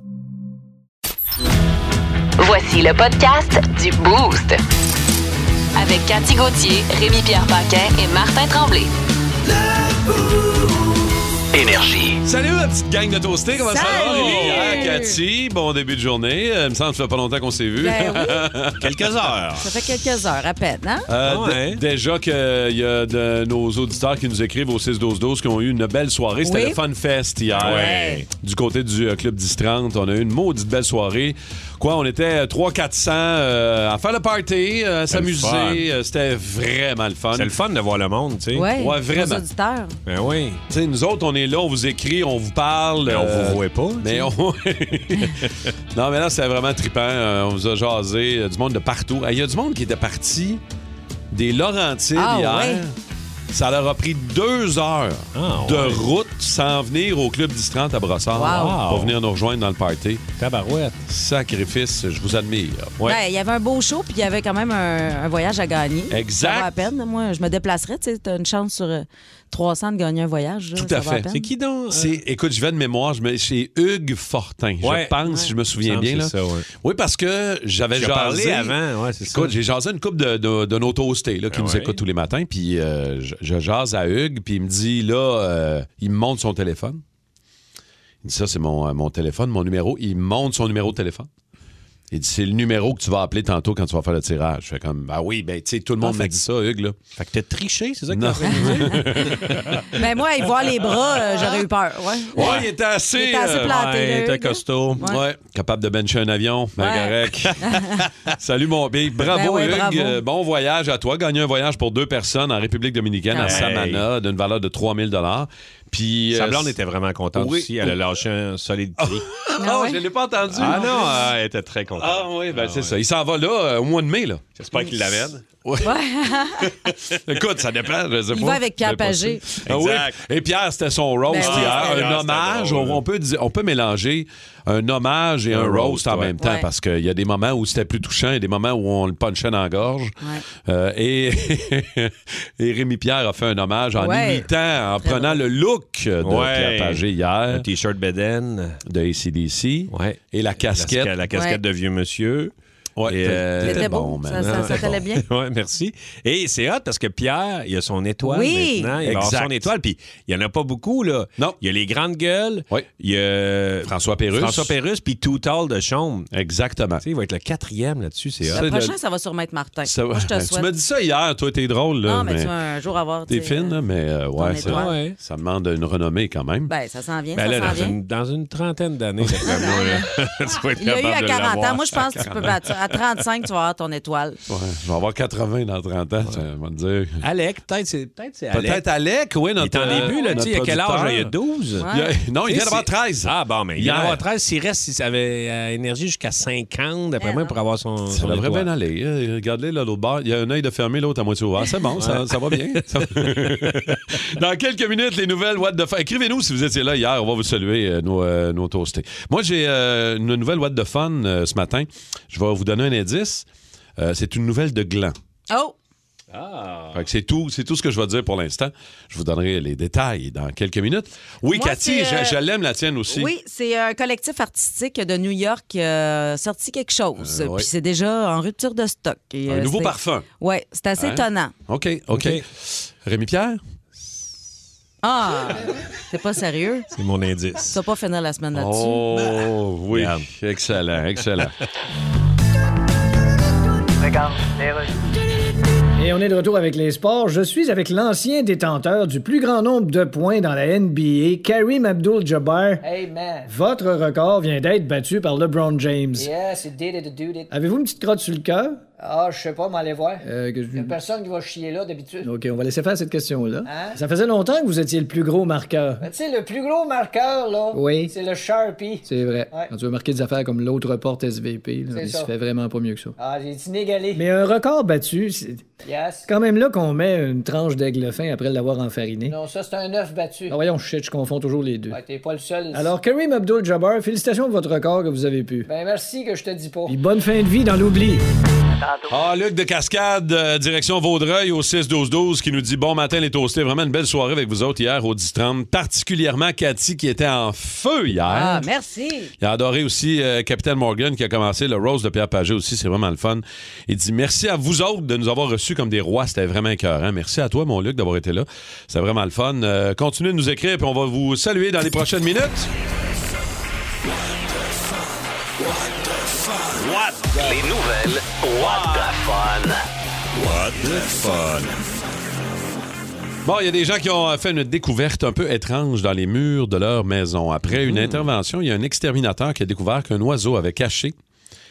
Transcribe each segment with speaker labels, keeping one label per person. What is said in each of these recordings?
Speaker 1: Voici le podcast du Boost. Avec Cathy Gauthier, Rémi-Pierre Paquin et Martin Tremblay.
Speaker 2: Énergie.
Speaker 3: Salut la petite gang de toastés, comment ça va?
Speaker 4: Salut!
Speaker 3: Rémi, Pierre, Cathy, bon début de journée. Euh, Il me semble que ça fait pas longtemps qu'on s'est vu.
Speaker 4: Ben
Speaker 3: Quelques heures.
Speaker 4: Ça fait quelques heures à peine, hein?
Speaker 3: Ah.
Speaker 5: Ah
Speaker 3: Euh, d- Déjà qu'il y a de nos auditeurs qui nous écrivent au 6-12-12 qui ont eu une belle soirée. C'était
Speaker 4: Oui.
Speaker 3: le Fun Fest hier.
Speaker 4: Ouais.
Speaker 3: Du côté du euh, Club 10-30, on a eu une maudite belle soirée. Quoi, on était 300-400 euh, à faire le party, euh, à
Speaker 5: le fun.
Speaker 3: s'amuser. Euh, C'était vraiment le fun.
Speaker 5: C'est le fun de voir le monde, tu sais.
Speaker 4: Ouais,
Speaker 3: ouais,
Speaker 4: Nos
Speaker 3: vraiment.
Speaker 4: auditeurs.
Speaker 5: Ben oui.
Speaker 3: Tu sais, nous autres, on est là, on vous écrit, on vous parle.
Speaker 5: Mais on
Speaker 3: euh,
Speaker 5: vous voit pas. tu
Speaker 3: Mais
Speaker 5: sais.
Speaker 3: on... non, mais là, c'est vraiment trippant. Euh, on vous a jasé euh, du monde de partout. Ah, Il y a du monde qui était parti des Laurentides
Speaker 4: Ah,
Speaker 3: hier.
Speaker 4: ouais.
Speaker 3: Ça leur a pris deux heures
Speaker 5: Ah,
Speaker 3: de
Speaker 5: ouais.
Speaker 3: route sans venir au club 10-30 à Brossard
Speaker 4: Wow.
Speaker 3: pour venir nous rejoindre dans le party.
Speaker 5: Tabarouette.
Speaker 3: Sacrifice, je vous admire. Ouais.
Speaker 4: Ben, il y avait un beau show, puis il y avait quand même un, un voyage à gagner.
Speaker 3: Exact.
Speaker 4: Ça va à peine. Moi, je me déplacerais. Tu as une chance sur euh, 300 de gagner un voyage. là.
Speaker 3: Tout
Speaker 4: Ça
Speaker 3: à
Speaker 4: va
Speaker 3: fait.
Speaker 4: peine.
Speaker 5: C'est qui donc? euh,
Speaker 3: C'est, écoute, je vais de mémoire, je me- c'est Hugues Fortin,
Speaker 5: Ouais.
Speaker 3: je pense, si je me souviens
Speaker 5: Il me
Speaker 3: bien.
Speaker 5: semble
Speaker 3: Là.
Speaker 5: que c'est ça, ouais.
Speaker 3: Oui, parce que j'avais
Speaker 5: J'ai
Speaker 3: jasé...
Speaker 5: parlé avant, ouais, c'est ça.
Speaker 3: Écoute, j'ai jasé une coupe de, de, de nos toastés là, qui
Speaker 5: Ah
Speaker 3: nous
Speaker 5: ouais.
Speaker 3: écoutent tous les matins, puis euh, je, je jase à Hugues, puis il me dit, là, euh, il me montre son téléphone. Il dit, ça, c'est mon, euh, mon téléphone, mon numéro. Il me montre son numéro de téléphone. Il dit, c'est le numéro que tu vas appeler tantôt quand tu vas faire le tirage. Je fais comme, ah oui, ben, tu sais, tout le monde m'a dit ça, Hugues, là.
Speaker 5: Fait que t'as triché, c'est ça que t'as
Speaker 3: Non.
Speaker 5: fait?
Speaker 4: Ben, moi, y voir les bras, euh, j'aurais eu peur. Ouais.
Speaker 3: Ouais, il était assez...
Speaker 4: Il était assez
Speaker 3: euh,
Speaker 4: planté, là,
Speaker 5: Ouais, t'es
Speaker 4: Hugues, là.
Speaker 5: costaud.
Speaker 3: Ouais. capable de bencher un avion, ben
Speaker 4: Ouais.
Speaker 3: correct. Salut mon big, bravo
Speaker 4: Ben ouais,
Speaker 3: Hugues,
Speaker 4: bravo.
Speaker 3: Euh, bon voyage à toi. Gagner un voyage pour deux personnes en République dominicaine à
Speaker 5: Hey.
Speaker 3: Samana d'une valeur de 3000 dollars. Puis
Speaker 5: Sa
Speaker 3: euh,
Speaker 5: blonde était vraiment contente
Speaker 3: Oui.
Speaker 5: aussi. Elle a lâché un solide cri.
Speaker 3: Oh, je l'ai pas entendu.
Speaker 5: Ah non, euh, elle était très contente.
Speaker 3: Ah oui, ben c'est ça. Il s'en va là euh, au mois de mai là.
Speaker 5: J'espère qu'il l'amène.
Speaker 3: Écoute, ça dépend. je sais
Speaker 4: Il
Speaker 3: pas.
Speaker 4: va avec Pierre
Speaker 3: C'est possible.
Speaker 5: Pagé.
Speaker 3: Ah oui.
Speaker 5: Exact.
Speaker 3: Et Pierre, c'était son roast
Speaker 4: Ben oui.
Speaker 3: hier.
Speaker 5: Pierre,
Speaker 3: un
Speaker 5: c'était
Speaker 3: hommage.
Speaker 5: drôle.
Speaker 3: On, on peut dire- on peut mélanger un hommage et un,
Speaker 5: Un
Speaker 3: roast,
Speaker 5: roast,
Speaker 3: en
Speaker 5: ouais.
Speaker 3: même temps
Speaker 4: Ouais.
Speaker 3: parce qu'il y a des moments où c'était plus touchant et des moments où on le punchait dans la gorge. Euh, et et Rémi Pierre a fait un hommage en
Speaker 4: Ouais.
Speaker 3: imitant, en prenant le look de
Speaker 5: Ouais.
Speaker 3: Pierre Pagé hier,
Speaker 5: Un t-shirt Beden.
Speaker 3: de ACDC.
Speaker 5: Ouais.
Speaker 3: Et la casquette.
Speaker 5: La, casquette
Speaker 4: Ouais.
Speaker 5: de vieux monsieur.
Speaker 3: Ouais,
Speaker 5: Et,
Speaker 3: t'es-
Speaker 5: euh,
Speaker 3: t'es
Speaker 4: C'était
Speaker 3: bon,
Speaker 4: beau.
Speaker 3: man.
Speaker 4: ça ça, ça t'allait bien.
Speaker 5: Oui, merci. Et c'est hot parce que Pierre, il a son étoile
Speaker 4: Oui.
Speaker 5: maintenant. Il va avoir
Speaker 3: Exact.
Speaker 5: son étoile. Puis il n'y en a pas beaucoup, là.
Speaker 3: Non.
Speaker 5: Il y a les grandes gueules.
Speaker 3: Oui.
Speaker 5: Il y a
Speaker 3: François Pérusse.
Speaker 5: François Pérusse, puis Tout Tall de Chaume. Tu
Speaker 3: Exactement.
Speaker 5: sais, il va être le quatrième là-dessus. C'est hot.
Speaker 4: Le
Speaker 3: le-
Speaker 4: prochain, ça va sur Maître Martin.
Speaker 3: Ça- Ben,
Speaker 4: Moi, je te
Speaker 3: tu
Speaker 4: souhaite.
Speaker 3: m'as dit ça hier, toi, t'es drôle. Là,
Speaker 4: non, mais,
Speaker 3: mais-
Speaker 4: tu vas un jour avoir. tu
Speaker 3: T'es
Speaker 4: sais,
Speaker 3: fine, là, mais euh, ouais,
Speaker 4: ton
Speaker 3: ça,
Speaker 4: étoile.
Speaker 3: ouais, ça demande une renommée quand même.
Speaker 4: Ben, ça s'en vient.
Speaker 5: Ben
Speaker 4: ça
Speaker 5: là,
Speaker 4: s'en
Speaker 5: dans
Speaker 4: vient.
Speaker 5: une, dans une trentaine d'années, d'après moi, là, tu vas être
Speaker 4: Il l'a eu
Speaker 5: capable
Speaker 4: à
Speaker 5: de
Speaker 4: 40 ans.
Speaker 5: l'avoir.
Speaker 4: Moi, je pense que tu peux battre. ça. À 35, tu vas avoir ton étoile.
Speaker 3: Ouais, je vais avoir 80 dans 30 ans, ça va te dire.
Speaker 5: Alec, peut-être c'est peut-être c'est Alec.
Speaker 3: Peut-être Alec, oui,
Speaker 5: Il
Speaker 3: notre
Speaker 5: est en
Speaker 3: euh,
Speaker 5: début, là, tu sais, il y a
Speaker 3: notre
Speaker 5: quel âge? là?
Speaker 3: producteur.
Speaker 5: Il y a 12.
Speaker 4: Ouais.
Speaker 3: Il y a- non, il
Speaker 5: Et
Speaker 3: vient d'avoir
Speaker 5: c'est-
Speaker 3: 13.
Speaker 5: Ah, bon, mais il vient
Speaker 3: Hier.
Speaker 5: d'avoir 13. S'il reste, il avait euh, énergie jusqu'à 50, d'après
Speaker 4: Eh
Speaker 5: moi,
Speaker 4: non.
Speaker 5: pour avoir son.
Speaker 3: Ça
Speaker 5: son
Speaker 3: devrait
Speaker 5: étoile.
Speaker 3: bien aller. Euh, Regardez, là, l'autre bord, il y a un œil de fermé, l'autre à moitié ouvert. C'est bon, ça, ça va bien. Ça va- Dans quelques minutes, les nouvelles What the Fun. Écrivez-nous si vous étiez là hier, on va vous saluer, euh, nos, euh, nos toastés. Moi, j'ai euh, une nouvelle What the Fun euh, ce matin. Je vais vous donner un indice. Euh, c'est une nouvelle de Gland.
Speaker 4: Oh!
Speaker 5: Ah.
Speaker 3: Fait que c'est tout, c'est tout ce que je vais dire pour l'instant. Je vous donnerai les détails dans quelques minutes. Oui,
Speaker 4: Moi,
Speaker 3: Cathy,
Speaker 4: c'est, euh,
Speaker 3: je, je l'aime la tienne aussi.
Speaker 4: Oui, c'est un collectif artistique de New York qui a sorti quelque chose.
Speaker 3: Euh, ouais.
Speaker 4: Puis c'est déjà en rupture de stock. Et,
Speaker 3: Un
Speaker 4: euh,
Speaker 3: nouveau
Speaker 4: c'est-
Speaker 3: parfum.
Speaker 4: Ouais, c'est assez
Speaker 3: Hein?
Speaker 4: étonnant.
Speaker 3: OK, OK.
Speaker 5: OK.
Speaker 3: Rémi Pierre?
Speaker 4: Ah! T'es pas sérieux?
Speaker 5: C'est mon indice.
Speaker 4: Tu vas pas finir la semaine là-dessus.
Speaker 3: Oh, oui.
Speaker 5: Regarde.
Speaker 3: Excellent, excellent.
Speaker 6: Et on est de retour avec les sports. Je suis avec l'ancien détenteur du plus grand nombre de points dans la NBA, Karim Abdul-Jabbar.
Speaker 7: Hey man.
Speaker 6: Votre record vient d'être battu par LeBron James.
Speaker 7: Yes, it did it, dude. It.
Speaker 6: Avez-vous une petite crotte sur le cœur?
Speaker 7: Ah, je sais pas, m'aller voir.
Speaker 6: Euh, que je-
Speaker 7: Y a personne qui va chier là d'habitude.
Speaker 6: OK, on va laisser faire cette question-là.
Speaker 7: Hein?
Speaker 6: Ça faisait longtemps que vous étiez le plus gros marqueur.
Speaker 7: Mais tu sais, le plus gros marqueur, là,
Speaker 6: Oui.
Speaker 7: c'est le Sharpie.
Speaker 6: C'est vrai.
Speaker 7: Ouais.
Speaker 6: Quand tu veux marquer des affaires comme l'autre porte SVP, là,
Speaker 7: C'est
Speaker 6: il
Speaker 7: ça.
Speaker 6: se fait vraiment pas mieux que ça.
Speaker 7: Ah, j'ai inégalé.
Speaker 6: Mais un record battu, c'est
Speaker 7: Yes.
Speaker 6: quand même là qu'on met une tranche d'aigle fin après l'avoir enfariné.
Speaker 7: Non, ça, c'est un œuf battu.
Speaker 6: Ah, voyons, shit, je confonds toujours les deux.
Speaker 7: Ouais, t'es pas le seul.
Speaker 6: Alors, Karim Abdul-Jabbar, félicitations pour votre record que vous avez pu.
Speaker 7: Ben, merci que je te dis pas.
Speaker 6: Puis bonne fin de vie dans l'oubli.
Speaker 3: Ah, Luc de Cascade, euh, direction Vaudreuil au 6-12-12, qui nous dit Bon matin, les toastés. Vraiment une belle soirée avec vous autres hier au 10 Particulièrement Cathy qui était en feu hier.
Speaker 8: Ah, merci.
Speaker 3: Il a adoré aussi euh, Capitaine Morgan qui a commencé le Rose de Pierre Pagé aussi, c'est vraiment le fun. Il dit merci à vous autres de nous avoir reçus comme des rois, c'était vraiment écœurant. Merci à toi mon Luc d'avoir été là. C'est vraiment le fun. Euh, continuez de nous écrire puis on va vous saluer dans les prochaines minutes.
Speaker 2: Les nouvelles, what the fun.
Speaker 3: Bon, il y a des gens qui ont euh, fait une découverte un peu étrange dans les murs de leur maison. Après
Speaker 5: Mmh.
Speaker 3: une intervention, il y a un exterminateur qui a découvert qu'un oiseau avait caché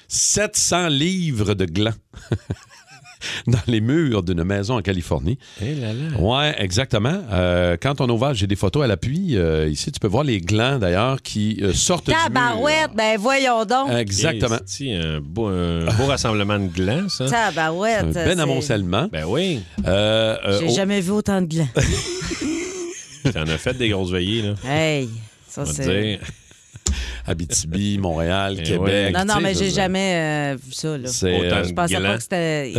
Speaker 3: 700 livres de glands dans les murs d'une maison en Californie.
Speaker 5: Eh là là.
Speaker 3: Ouais, exactement. Euh, quand on a ouvert, j'ai des photos à l'appui. euh, ici, tu peux voir les glands d'ailleurs qui euh, sortent du mur.
Speaker 8: Tabarouette, ben voyons donc.
Speaker 3: Exactement.
Speaker 5: Eh, C'est un beau, un beau rassemblement de glands, ça.
Speaker 8: Tabarouette.
Speaker 3: Un ben
Speaker 8: c'est-
Speaker 3: amoncellement.
Speaker 5: Ben oui.
Speaker 3: Euh, euh,
Speaker 4: J'ai
Speaker 3: au-
Speaker 4: jamais vu autant de glands.
Speaker 5: T'en as fait des grosses veillées, là.
Speaker 4: hey, ça
Speaker 5: On va te
Speaker 4: c'est.
Speaker 5: dire.
Speaker 3: Abitibi, Montréal,
Speaker 5: Eh ouais.
Speaker 3: Québec.
Speaker 4: Non, non,
Speaker 3: tu sais,
Speaker 4: mais j'ai
Speaker 3: c'est-
Speaker 4: jamais euh, vu ça. Là.
Speaker 3: C'est,
Speaker 5: Autant
Speaker 3: euh,
Speaker 5: de
Speaker 4: Je pensais
Speaker 5: glands.
Speaker 4: pas que c'était.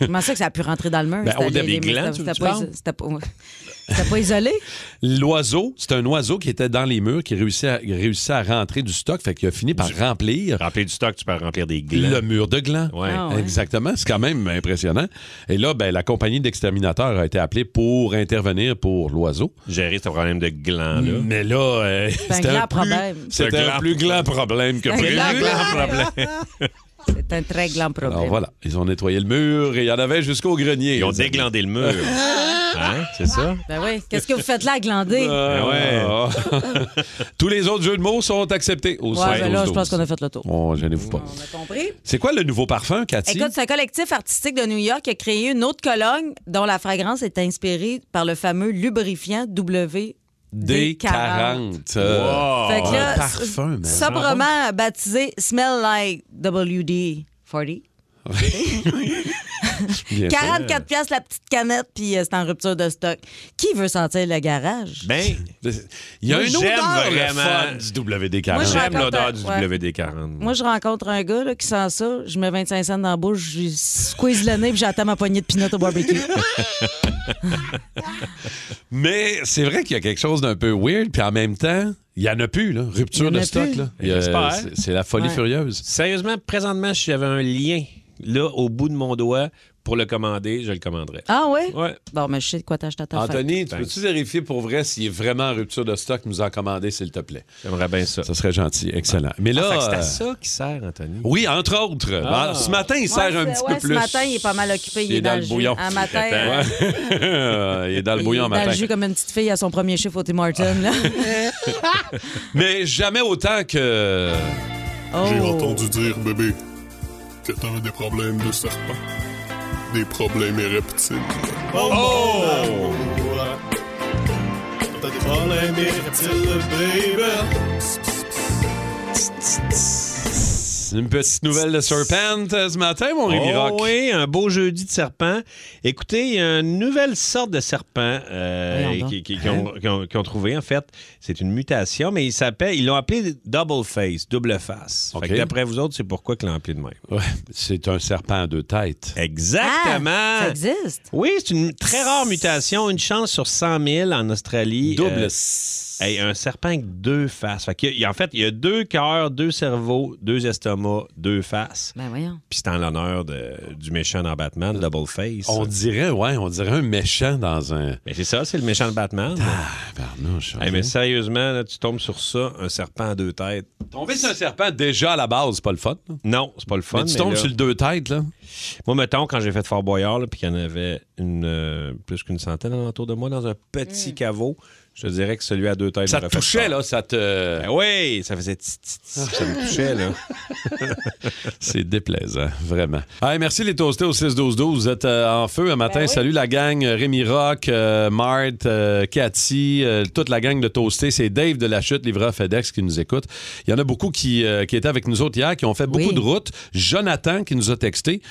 Speaker 4: Comment ça que ça a pu rentrer dans le mur?
Speaker 3: Ben,
Speaker 4: C'était
Speaker 3: au
Speaker 4: les-
Speaker 3: début,
Speaker 4: les-
Speaker 5: des glands,
Speaker 4: c'était-
Speaker 5: tu-
Speaker 4: c'était
Speaker 5: tu
Speaker 4: pas- C'était pas, c'était pas isolé?
Speaker 3: L'oiseau, c'est un oiseau qui était dans les murs, qui réussissait à, réussissait à rentrer du stock, fait qu'il a fini par remplir
Speaker 5: Remplir du stock, tu peux remplir des glands.
Speaker 3: le mur de glands.
Speaker 5: Ouais.
Speaker 4: Ah ouais.
Speaker 3: Exactement, c'est quand même impressionnant. Et là, ben, la compagnie d'exterminateurs a été appelée pour intervenir pour l'oiseau.
Speaker 5: Gérer ce problème de glands, là.
Speaker 3: Mais là, euh,
Speaker 4: un
Speaker 3: c'était plus-
Speaker 4: grand problème.
Speaker 3: C'était
Speaker 5: C'est un
Speaker 3: un,
Speaker 5: grand-
Speaker 3: plus grand problème que
Speaker 4: Un
Speaker 3: prévu.
Speaker 4: grand
Speaker 3: problème.
Speaker 4: C'est un très grand
Speaker 3: Alors
Speaker 4: problème.
Speaker 3: voilà, ils ont nettoyé le mur et il y en avait jusqu'au grenier.
Speaker 5: Ils ont déglandé le mur. Hein? C'est ça? Ben
Speaker 4: Ben oui. Qu'est-ce que vous faites là à
Speaker 3: Ben,
Speaker 4: glander?
Speaker 3: Ah, ouais. Tous les autres jeux de mots sont acceptés au
Speaker 4: ouais, ben là, je
Speaker 3: 16-12-12.
Speaker 4: pense qu'on a fait le tour.
Speaker 3: Bon, Oh, gênez-vous pas.
Speaker 4: On a compris?
Speaker 3: C'est quoi le nouveau parfum, Cathy?
Speaker 4: Écoute, c'est un collectif artistique de New York qui a créé une autre colonne dont la fragrance est inspirée par le fameux lubrifiant WD40.
Speaker 3: D40. Euh,
Speaker 5: Wow!
Speaker 4: Fait que là,
Speaker 3: un parfum, man.
Speaker 4: sobrement baptisé Smell Like WD40.
Speaker 3: bien sûr.
Speaker 4: 44 piastres la petite canette, puis euh, c'est en rupture de stock. Qui veut sentir le garage?
Speaker 5: Ben,
Speaker 3: Il y a
Speaker 5: Moi,
Speaker 3: une
Speaker 5: j'aime
Speaker 3: odeur le
Speaker 5: vraiment-
Speaker 3: fun du WD-40.
Speaker 4: Moi, je
Speaker 5: j'aime
Speaker 4: raconte
Speaker 5: l'odeur
Speaker 4: un-
Speaker 5: du
Speaker 4: ouais.
Speaker 5: WD-40.
Speaker 4: Moi, je rencontre un gars là, qui sent ça, je mets 25 cents dans la bouche, je lui squeeze le nez, puis j'attends ma poignée de pinot au barbecue.
Speaker 3: Mais c'est vrai qu'il y a quelque chose d'un peu weird, puis en même temps, il n'y en a plus, là. Rupture
Speaker 4: Il y en
Speaker 3: de
Speaker 4: a
Speaker 3: stock,
Speaker 4: plus.
Speaker 3: là. Il y a-
Speaker 5: J'espère.
Speaker 3: c'est- C'est la folie
Speaker 4: Ouais.
Speaker 3: furieuse.
Speaker 5: Sérieusement, présentement, si j'avais un lien là au bout de mon doigt pour le commander, je le commanderais.
Speaker 4: ah ouais?
Speaker 5: Ouais.
Speaker 4: Bon, mais je sais de quoi t'achètes à ta fête.
Speaker 3: Anthony, tu peux-tu vérifier pour vrai s'il est vraiment en rupture de stock, nous en commander, s'il te plaît?
Speaker 5: J'aimerais bien ça.
Speaker 3: Ça serait gentil, excellent. Mais là.
Speaker 5: Ah, fait que c'est à
Speaker 3: euh,
Speaker 5: ça qui sert, Anthony.
Speaker 3: Oui, entre autres.
Speaker 5: Ah.
Speaker 3: Ben, ce matin, il sert un
Speaker 4: c'est-
Speaker 3: petit
Speaker 4: ouais,
Speaker 3: peu
Speaker 4: ce
Speaker 3: plus.
Speaker 4: matin, il est pas mal occupé, il est dans
Speaker 3: dans
Speaker 4: le
Speaker 3: le
Speaker 4: jus.
Speaker 3: bouillon.
Speaker 4: Un matin, hein.
Speaker 3: Ouais. il est dans le bouillon
Speaker 4: Il est dans
Speaker 3: matin.
Speaker 4: le jus comme une petite fille à son premier chiffre au Tim Martin. Là.
Speaker 3: Mais jamais autant que.
Speaker 9: J'ai
Speaker 4: Oh.
Speaker 9: entendu dire, bébé, que t'avais des problèmes de serpent, des problèmes et reptiles. Oh! T'as des problèmes et reptiles, baby.
Speaker 3: Une petite nouvelle de Serpent euh, ce matin, mon Rémi
Speaker 5: Oh
Speaker 3: Rock.
Speaker 5: oui, un beau jeudi de serpent. Écoutez, il y a une nouvelle sorte de serpent euh,
Speaker 4: Voyons donc.
Speaker 5: qui, qui- qui ont, qui ont- qui ont trouvé. En fait, c'est une mutation, mais il s'appelle, ils l'ont appelé double face, double face. Fait
Speaker 3: OK.
Speaker 5: que D'après vous autres, c'est pourquoi qu'ils l'ont appelé de même.
Speaker 3: Ouais, c'est un serpent à deux têtes.
Speaker 5: Exactement.
Speaker 4: Ah, ça existe.
Speaker 5: oui, c'est une très rare mutation. Une chance sur 100 000 en Australie.
Speaker 3: Double.
Speaker 5: Euh, Hey, un serpent avec deux faces. Fait qu'il y a- en fait, il y a deux cœurs, deux cerveaux, deux estomacs, deux faces.
Speaker 4: Ben voyons.
Speaker 5: Puis c'est en l'honneur de- du méchant dans Batman, Double Face.
Speaker 3: On dirait, ouais, on dirait un méchant dans un.
Speaker 5: Mais c'est ça, c'est le méchant de Batman.
Speaker 3: Ah, barnouche.
Speaker 5: Hey, mais sérieusement, là, tu tombes sur ça, un serpent à deux têtes.
Speaker 3: Tomber sur un serpent déjà à la base, c'est pas le fun. là.
Speaker 5: Non, c'est pas le fun.
Speaker 3: mais tu
Speaker 5: mais
Speaker 3: tombes
Speaker 5: là-
Speaker 3: sur le deux têtes, là.
Speaker 5: Moi, mettons, quand j'ai fait Fort Boyard, là, puis qu'il y en avait une, euh, plus qu'une centaine autour de moi dans un petit caveau. Je te dirais que celui à deux têtes.
Speaker 3: Ça te touchait, là, ça te.
Speaker 5: Ben oui, ça faisait titi, ça me touchait, là.
Speaker 3: C'est déplaisant, vraiment. Hey, merci les toastés au 6-12-12. Vous êtes euh, en feu un matin. Salut la gang, euh, Rémi Rock, euh, Marthe, euh, Cathy, euh, toute la gang de toastés. C'est Dave de la Chute, livreur FedEx, qui nous écoute. Il y en a beaucoup qui, euh, qui étaient avec nous autres hier, qui ont fait beaucoup de routes. Jonathan qui nous a texté.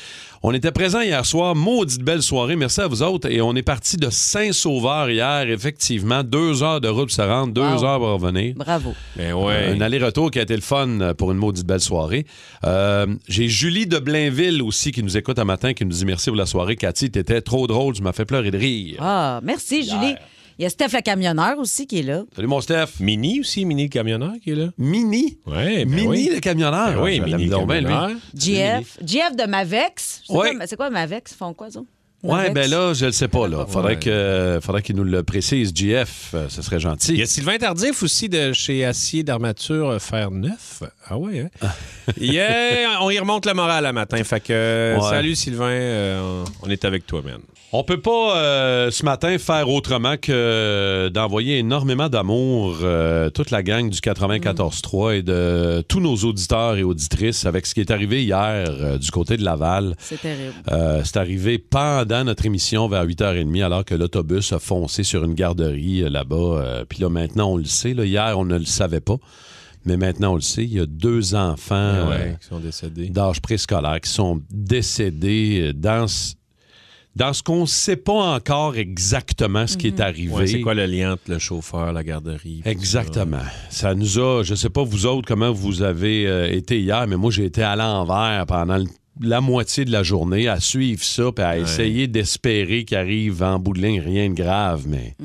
Speaker 3: On était présents hier soir. Maudite belle soirée. Merci à vous autres. Et on est parti de Saint-Sauveur hier, effectivement. Deux heures de route pour se rendre, deux heures pour revenir.
Speaker 4: Bravo.
Speaker 5: Ben ouais.
Speaker 3: Un aller-retour qui a été le fun pour une maudite belle soirée. Euh, J'ai Julie de Blainville aussi qui nous écoute un matin, qui nous dit merci pour la soirée. Cathy, t'étais trop drôle, tu m'as fait pleurer de rire.
Speaker 4: Ah, merci, Julie. Il y a Steph le camionneur aussi qui est là.
Speaker 3: Salut mon Steph.
Speaker 5: Mini aussi, Mini le camionneur qui est là.
Speaker 3: Mini?
Speaker 5: Ouais, ben
Speaker 3: Mini
Speaker 5: oui.
Speaker 3: le camionneur. Ah,
Speaker 5: Ben oui,
Speaker 3: Je
Speaker 5: Mini
Speaker 3: l'aime
Speaker 5: le
Speaker 3: donc bien, lui.
Speaker 5: camionneur.
Speaker 4: GF. GF de Mavex. Je sais
Speaker 3: Ouais.
Speaker 4: pas, mais C'est quoi Mavex? Ils font quoi, ça?
Speaker 3: Ouais,
Speaker 4: Mavex?
Speaker 3: ben là, je le sais pas, là. Faudrait
Speaker 5: Ouais.
Speaker 3: que, euh, faudrait qu'il nous le précise, GF. euh, ce serait gentil.
Speaker 5: Il y a Sylvain Tardif aussi de chez Acier d'Armature euh, Fer Neuf. Ah ouais, hein? Yeah, on y remonte le moral à matin. Fait que euh,
Speaker 3: Ouais.
Speaker 5: salut Sylvain, euh, on est avec toi, man.
Speaker 3: On peut pas euh, ce matin faire autrement que euh, d'envoyer énormément d'amour euh, toute la gang du 94-3 et de tous nos auditeurs et auditrices avec ce qui est arrivé hier euh, du côté de Laval.
Speaker 4: C'est terrible.
Speaker 3: Euh, c'est arrivé pendant notre émission vers 8h30 alors que l'autobus a foncé sur une garderie euh, là-bas. Euh, Puis là, maintenant, on le sait. là. hier, on ne le savait pas. Mais maintenant, on le sait. Il y a deux enfants euh,
Speaker 5: qui sont décédés.
Speaker 3: d'âge préscolaire qui sont décédés euh, dans ce, dans ce qu'on ne sait pas encore exactement ce qui est arrivé.
Speaker 5: Ouais, c'est quoi le lien entre le chauffeur, la garderie? puis
Speaker 3: Exactement. Ça nous a, je sais pas vous autres comment vous avez euh, été hier, mais moi j'ai été à l'envers pendant le- la moitié de la journée à suivre ça puis à essayer d'espérer qu'il arrive en bout de ligne rien de grave, mais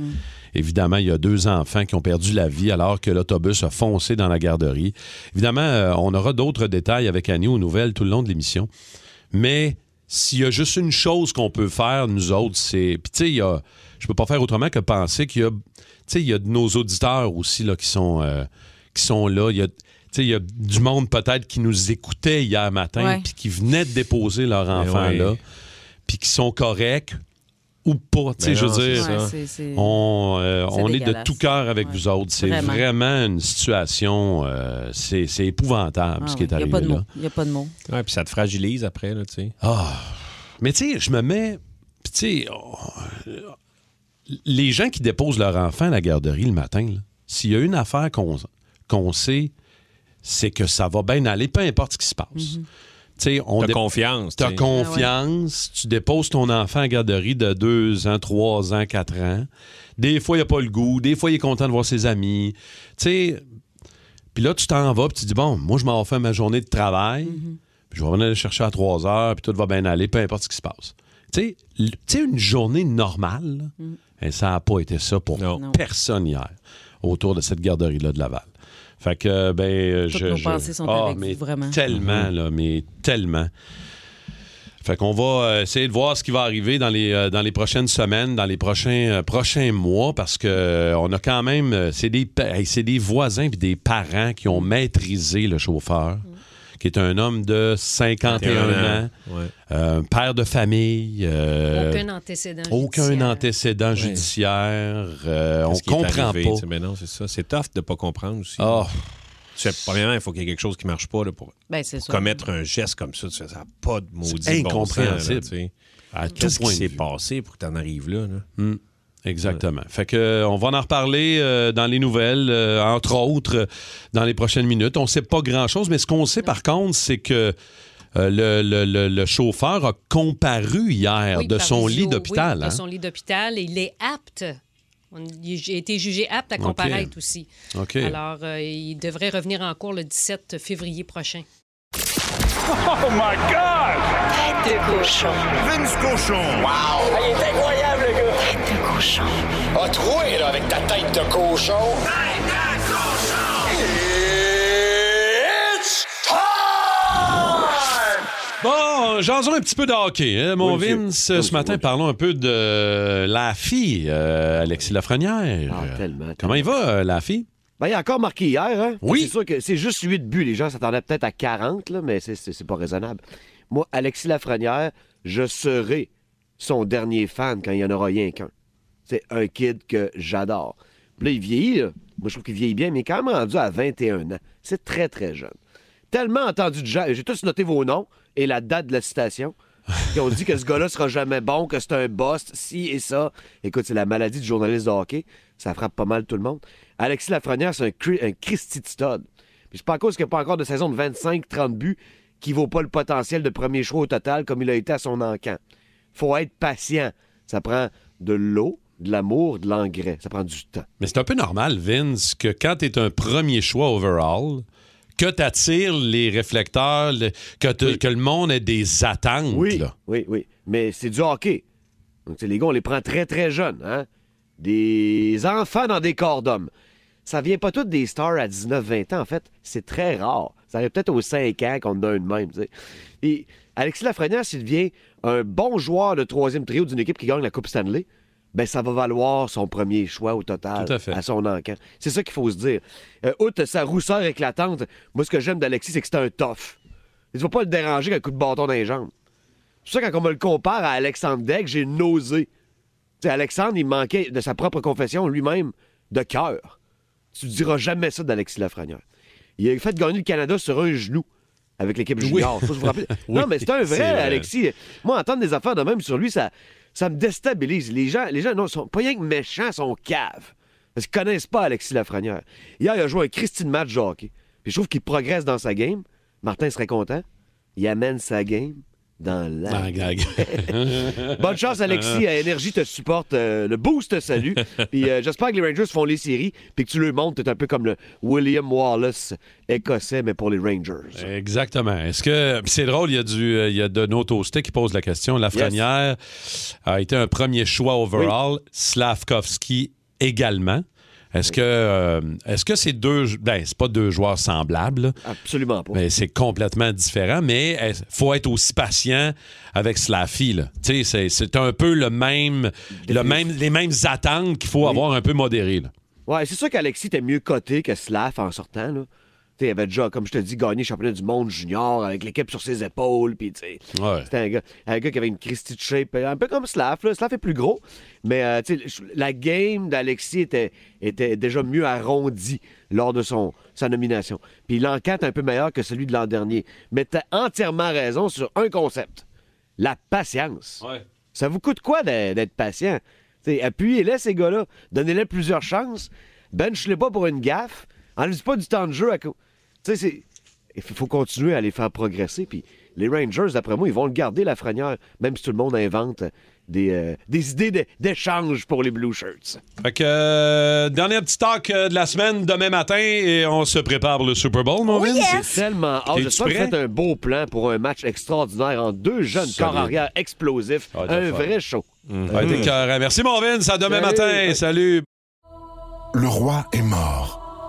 Speaker 3: évidemment il y a deux enfants qui ont perdu la vie alors que l'autobus a foncé dans la garderie. Évidemment, euh, on aura d'autres détails avec Annie aux nouvelles tout le long de l'émission, mais s'il y a juste une chose qu'on peut faire, nous autres, c'est. Puis, tu sais, il y a- je peux pas faire autrement que penser qu'il y a. Tu sais, il y a de nos auditeurs aussi là, qui, sont, euh, qui sont là. Il y a. tu sais, Il y a du monde peut-être qui nous écoutait hier matin,
Speaker 4: Ouais.
Speaker 3: puis qui venait de déposer leur
Speaker 5: Ben
Speaker 3: enfant là,
Speaker 5: ouais.
Speaker 3: puis qui sont corrects ou pas. Tu sais,
Speaker 5: Ben
Speaker 3: je
Speaker 5: non, c'est
Speaker 3: veux dire, hein.
Speaker 5: ça.
Speaker 4: Ouais, c'est- c'est-
Speaker 3: on, euh,
Speaker 4: C'est
Speaker 3: on est de
Speaker 4: dégueulasse.
Speaker 3: tout cœur avec vous autres. C'est vraiment.
Speaker 4: Vraiment.
Speaker 3: une situation, euh, c'est c'est épouvantable
Speaker 4: Ah
Speaker 3: ce qui
Speaker 4: ouais,
Speaker 3: ben, est
Speaker 4: Il n'y a
Speaker 3: arrivé
Speaker 4: pas de
Speaker 3: là.
Speaker 4: mots. Il n'y a pas de mots.
Speaker 5: ça. Ouais, puis ça te fragilise après, là, tu sais.
Speaker 3: Ah. Mais tu sais, je me mets. Puis tu sais, oh, euh, les gens qui déposent leur enfant à la garderie le matin, là, s'il y a une affaire qu'on qu'on sait, c'est que ça va bien aller, peu importe ce qui se passe. Tu sais, on
Speaker 5: T'as
Speaker 3: dé-
Speaker 5: confiance. tu
Speaker 3: T'as
Speaker 5: sais.
Speaker 3: confiance, tu déposes ton enfant à la garderie de 2 ans, 3 ans, 4 ans. Des fois, il n'a pas le goût, des fois, il est content de voir ses amis. Tu sais, puis là, tu t'en vas, puis tu dis, bon, moi, je m'en fais ma journée de travail, puis je vais venir le chercher à 3 heures, puis tout va bien aller, peu importe ce qui se passe. Tu sais, l- tu sais, une journée normale, ben, ça n'a pas été ça pour
Speaker 5: Non. Non.
Speaker 3: personne hier autour de cette garderie-là de Laval. Fait que, ben, euh,
Speaker 4: Toutes
Speaker 3: je.
Speaker 4: nos
Speaker 3: je-
Speaker 4: pensées sont
Speaker 3: Ah,
Speaker 4: avec vous,
Speaker 3: mais
Speaker 4: vraiment.
Speaker 3: Tellement,
Speaker 5: Mhm.
Speaker 3: là, mais tellement. Fait qu'on va euh, essayer de voir ce qui va arriver dans les, euh, dans les prochaines semaines, dans les prochains, euh, prochains mois, parce que euh, on a quand même. euh, c'est des, pa- hey, c'est des voisins puis des parents qui ont maîtrisé le chauffeur,
Speaker 4: Mhm.
Speaker 3: qui est un homme de 51 ans,
Speaker 5: Ouais.
Speaker 3: euh, père de famille. euh,
Speaker 8: Aucun antécédent.
Speaker 3: aucun
Speaker 8: judiciaire.
Speaker 3: antécédent judiciaire. euh, on
Speaker 5: Parce qu'il est
Speaker 3: comprend
Speaker 5: arrivé, tu sais,
Speaker 3: pas.
Speaker 5: Mais non, c'est ça. C'est tough de pas comprendre aussi.
Speaker 3: Ah,
Speaker 5: Tu sais, premièrement, il faut qu'il y ait quelque chose qui marche pas là, pour
Speaker 4: Ben, c'est ça.
Speaker 5: commettre un geste comme ça. Tu sais, ça n'a pas de maudit
Speaker 3: C'est
Speaker 5: bon sens, là,
Speaker 3: incompréhensible.
Speaker 5: tu sais.
Speaker 3: à tout
Speaker 5: Qu'est-ce
Speaker 3: point
Speaker 5: qui
Speaker 3: de
Speaker 5: s'est
Speaker 3: vue. Hmm.
Speaker 5: passé pour que tu en arrives là? là?
Speaker 3: Exactement. Fait que euh, on va en reparler euh, dans les nouvelles, euh, entre autres, euh, dans les prochaines minutes. On sait pas grand-chose, mais ce qu'on sait par contre, c'est que euh, le, le- le- le chauffeur a comparu hier
Speaker 8: Oui,
Speaker 3: de
Speaker 8: par
Speaker 3: son
Speaker 8: visio,
Speaker 3: lit d'hôpital.
Speaker 8: oui,
Speaker 3: hein?
Speaker 8: de son lit d'hôpital. Et il est apte. On- il a été jugé apte à
Speaker 3: OK.
Speaker 8: comparaître aussi.
Speaker 3: OK.
Speaker 8: Alors, euh, il devrait revenir en cours le 17 février prochain.
Speaker 10: Tête de cochon.
Speaker 9: Vince Cochon!
Speaker 2: Ah, il est incroyable, le gars!
Speaker 10: Tête de cochon.
Speaker 2: A troué, là, avec ta tête de cochon. Tête de cochon! It's time!
Speaker 3: Bon, jasons un petit peu de hockey. hein, mon
Speaker 9: Oui, monsieur.
Speaker 3: Vince,
Speaker 9: Oui,
Speaker 3: ce
Speaker 9: monsieur,
Speaker 3: matin,
Speaker 9: oui, monsieur.
Speaker 3: parlons un peu de euh, la fille, euh, Alexis Lafrenière.
Speaker 11: Ah, tellement.
Speaker 3: Comment il va, euh, la fille?
Speaker 11: Ben, il a encore marqué hier, hein?
Speaker 3: Oui.
Speaker 11: C'est sûr que c'est juste 8 buts. Les gens s'attendaient peut-être à 40, là, mais c'est- c'est c'est pas raisonnable. Moi, Alexis Lafrenière, je serai son dernier fan quand il n'y en aura rien qu'un. C'est un kid que j'adore. Puis là, il vieillit, là. Moi, je trouve qu'il vieillit bien, mais il est quand même rendu à 21 ans. C'est très, très jeune. Tellement entendu de gens, j'ai tous noté vos noms et la date de la citation. Puis on dit que ce gars-là sera jamais bon, que c'est un boss, si et ça. Écoute, c'est la maladie du journaliste de hockey. Ça frappe pas mal tout le monde. Alexis Lafrenière, c'est un, cri- un Christy de stud. Puis c'est pas à cause qu'il n'y a pas encore de saison de 25-30 buts qui vaut pas le potentiel de premier choix au total comme il a été à son encan. Faut être patient. Ça prend de l'eau, de l'amour, de l'engrais. Ça prend du temps.
Speaker 3: Mais c'est un peu normal, Vince, que quand tu es un premier choix overall, que tu attires les réflecteurs, le- que, te- que le monde ait des attentes.
Speaker 11: Oui, oui, oui. Mais c'est du hockey. Donc, tu sais, les gars, on les prend très, très jeunes. Hein? Des enfants dans des corps d'hommes. Ça vient pas toutes des stars à 19-20 ans, en fait. C'est très rare. Ça arrive peut-être aux 5 ans qu'on en a une de même. tu sais. Et Alexis Lafrenière, s'il devient un bon joueur de troisième trio d'une équipe qui gagne la Coupe Stanley, ben ça va valoir son premier choix au total
Speaker 3: Tout à fait.
Speaker 11: son encan. C'est ça qu'il faut se dire. Euh, outre sa rousseur éclatante, moi, ce que j'aime d'Alexis, c'est que c'est un tough. Tu vas pas le déranger avec un coup de bâton dans les jambes. C'est ça, quand on me le compare à Alexandre Deck, j'ai nausé. Alexandre, il manquait de sa propre confession lui-même de cœur. Tu diras jamais ça d'Alexis Lafrenière. Il a fait gagner le Canada sur un genou avec l'équipe junior. Ça, je vous rappelle.
Speaker 3: Oui,
Speaker 11: non, mais c'est un vrai,
Speaker 3: c'est vrai.
Speaker 11: Alexis. Moi, entendre des affaires de même sur lui, ça, ça me déstabilise. Les gens, les gens non, sont pas rien que méchants, sont caves. Parce qu'ils connaissent pas Alexis Lafrenière. Hier, il a joué un Christine match de hockey. Puis je trouve qu'il progresse dans sa game. Martin serait content. Il amène sa game dans la Bonne chance, Alexis. Euh, Énergie te supporte. euh, le boost te salue. Puis euh, j'espère que les Rangers font les séries. Puis que tu le montres. T'es un peu comme le William Wallace écossais, mais pour les Rangers.
Speaker 3: Exactement. Est-ce que c'est drôle, il y a du euh, il y a de nos toastés qui pose la question. Lafrenière a été un premier choix overall, Slavkovski également. Est-ce que euh, est-ce que c'est deux ben c'est pas deux joueurs semblables là.
Speaker 11: Absolument pas.
Speaker 3: Mais c'est complètement différent mais est- faut être aussi patient avec Slaffy là. Tu sais c'est- c'est un peu le même le même les mêmes attentes qu'il faut avoir un peu modérées là.
Speaker 11: Ouais, c'est sûr qu'Alexis était mieux coté que Slav en sortant. Là. T'sais, il avait déjà, comme je te dis, gagné le championnat du monde junior avec l'équipe sur ses épaules. Puis, t'sais, C'était un gars, un gars qui avait une Christie de shape, un peu comme Slav. Là. Slav est plus gros, mais euh, t'sais, la game d'Alexis était, était déjà mieux arrondie lors de son, sa nomination. Puis l'enquête est un peu meilleure que celui de l'an dernier. Mais t'as entièrement raison sur un concept la patience. Ça vous coûte quoi d'e- d'être patient? T'sais, Appuyez-les, ces gars-là. Donnez-les plusieurs chances. Bench-les pas pour une gaffe. Enlevez pas du temps de jeu. à cau- T'sais, c'est- Il faut- faut continuer à les faire progresser. Puis les Rangers, d'après moi, ils vont le garder, la franière, même si tout le monde invente euh, des, euh, des idées d'é- d'échange pour les Blue Shirts.
Speaker 3: Fait que, euh, dernier petit talk euh, de la semaine, demain matin, et on se prépare pour le Super Bowl,
Speaker 4: Oh
Speaker 3: mon Vince.
Speaker 11: C'est tellement hâte.
Speaker 3: T'es-tu
Speaker 11: J'espère que
Speaker 3: prêt?
Speaker 11: vous faites un beau plan pour un match extraordinaire en deux jeunes
Speaker 3: Solide. Ah,
Speaker 11: corps arrière explosifs.
Speaker 3: t'as
Speaker 11: un
Speaker 3: faim.
Speaker 11: vrai show.
Speaker 3: Ça va être
Speaker 11: Mm.
Speaker 3: écœurant. Merci, mon Vince. À demain matin. Salut.
Speaker 12: Le roi est mort,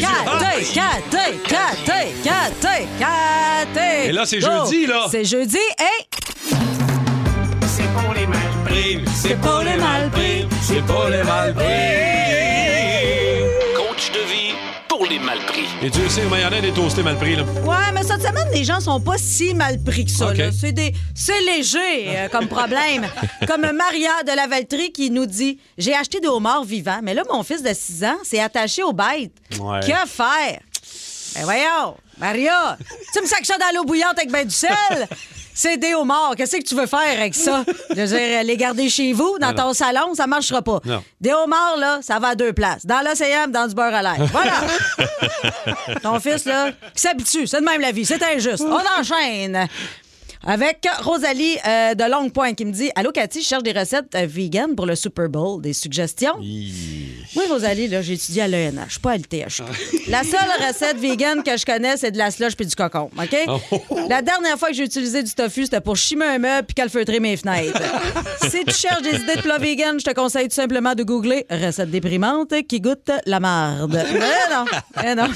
Speaker 4: Caté, caté, caté, caté, caté.
Speaker 3: Et là, c'est
Speaker 4: Go.
Speaker 3: jeudi, là.
Speaker 4: C'est jeudi et...
Speaker 3: C'est pour les mal pris. C'est pour les mal pris. C'est pour les mal pris.
Speaker 2: Coach de vie pour les mal pris.
Speaker 3: Et Dieu sait, mais il y en a des toastés mal pris, là.
Speaker 4: Ouais, mais cette semaine, les gens sont pas si mal pris que ça.
Speaker 3: OK.
Speaker 4: là. C'est, des... c'est léger euh, comme problème. comme Maria de la Valtrie qui nous dit « J'ai acheté des homards vivants, mais là, mon fils de 6 ans s'est attaché aux bêtes.
Speaker 3: Ouais.
Speaker 4: Que faire? » Ben voyons, Maria, tu me sacs ça dans l'eau bouillante avec ben du sel? C'est des homards. Qu'est-ce que tu veux faire avec ça? Je veux dire, les garder chez vous, dans
Speaker 3: Non,
Speaker 4: ton
Speaker 3: non.
Speaker 4: salon, ça marchera pas.
Speaker 3: Non.
Speaker 4: Des homards, là, ça va à deux places. Dans l'océan, dans du beurre à l'air. Voilà! Ton fils, là, qui s'habitue. C'est de même la vie. C'est injuste. On enchaîne. Avec Rosalie euh, de Longue Pointe qui me dit Allô, Cathy, je cherche des recettes euh, vegan pour le Super Bowl. Des suggestions Oui, Rosalie, là, j'ai étudié à l'ENH. Je suis pas à l'TH. La seule recette vegan que je connais, c'est de la slush puis du cocon. OK La dernière fois que j'ai utilisé du tofu, c'était pour chimer un meuble puis calfeutrer mes fenêtres. si tu cherches des idées de plats vegan, je te conseille tout simplement de googler recette déprimante qui goûte la marde. Eh non, eh non.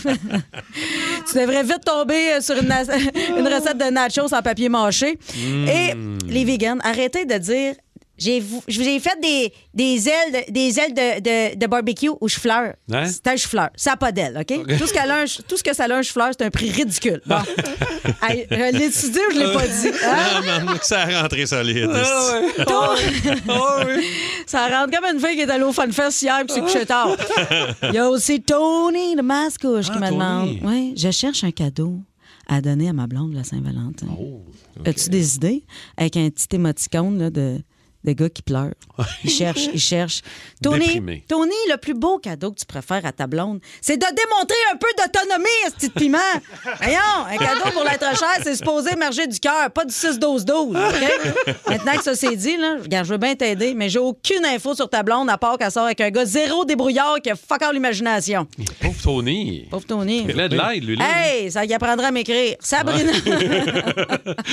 Speaker 4: tu devrais vite tomber euh, sur une, nas- une recette de nachos en papier mâché.
Speaker 10: Mm.
Speaker 4: Et les vegans, arrêtez de dire j'ai vou- je vous ai fait des, des ailes, de, des ailes de, de- de barbecue où je fleure.
Speaker 10: Hein?
Speaker 4: C'est un chou-fleur. Ça n'a pas d'aile, OK?
Speaker 10: OK.
Speaker 4: Tout, ce qu'elle a un ch- tout ce que ça a un chou-fleur, c'est un prix ridicule. Bon. Hey, je l'ai dit ou je l'ai pas dit? Hein?
Speaker 5: Non, mais ça a rentré solide.
Speaker 4: Ah
Speaker 5: ici.
Speaker 3: Ah
Speaker 4: Ça rentre comme une fille qui est allée au FunFest hier et qui s'est couchée tard. Il y a aussi Tony de Mascouche qui me demande Oui, je cherche un cadeau à donner à ma blonde la Saint-Valentin. As-tu des idées avec un petit émoticône là, de, de gars qui pleure? Il cherche, il cherche. Tony,
Speaker 10: Déprimé.
Speaker 4: Tony, le plus beau cadeau que tu préfères à ta blonde, c'est de démontrer un peu d'autonomie à ce petit piment. Voyons, un cadeau pour l'être cher, c'est supposé émerger du cœur, pas du 6-12-12.
Speaker 3: Ah.
Speaker 4: OK? Maintenant que ça c'est dit, là, regarde, je veux bien t'aider, mais j'ai aucune info sur ta blonde à part qu'elle sort avec un gars zéro débrouillard qui a fuck all l'imagination.
Speaker 3: Pauvre Tony.
Speaker 4: Pauvre Tony.
Speaker 3: Il a de l'aide, lui. là.
Speaker 4: Hey, ça y apprendra à m'écrire. Sabrina.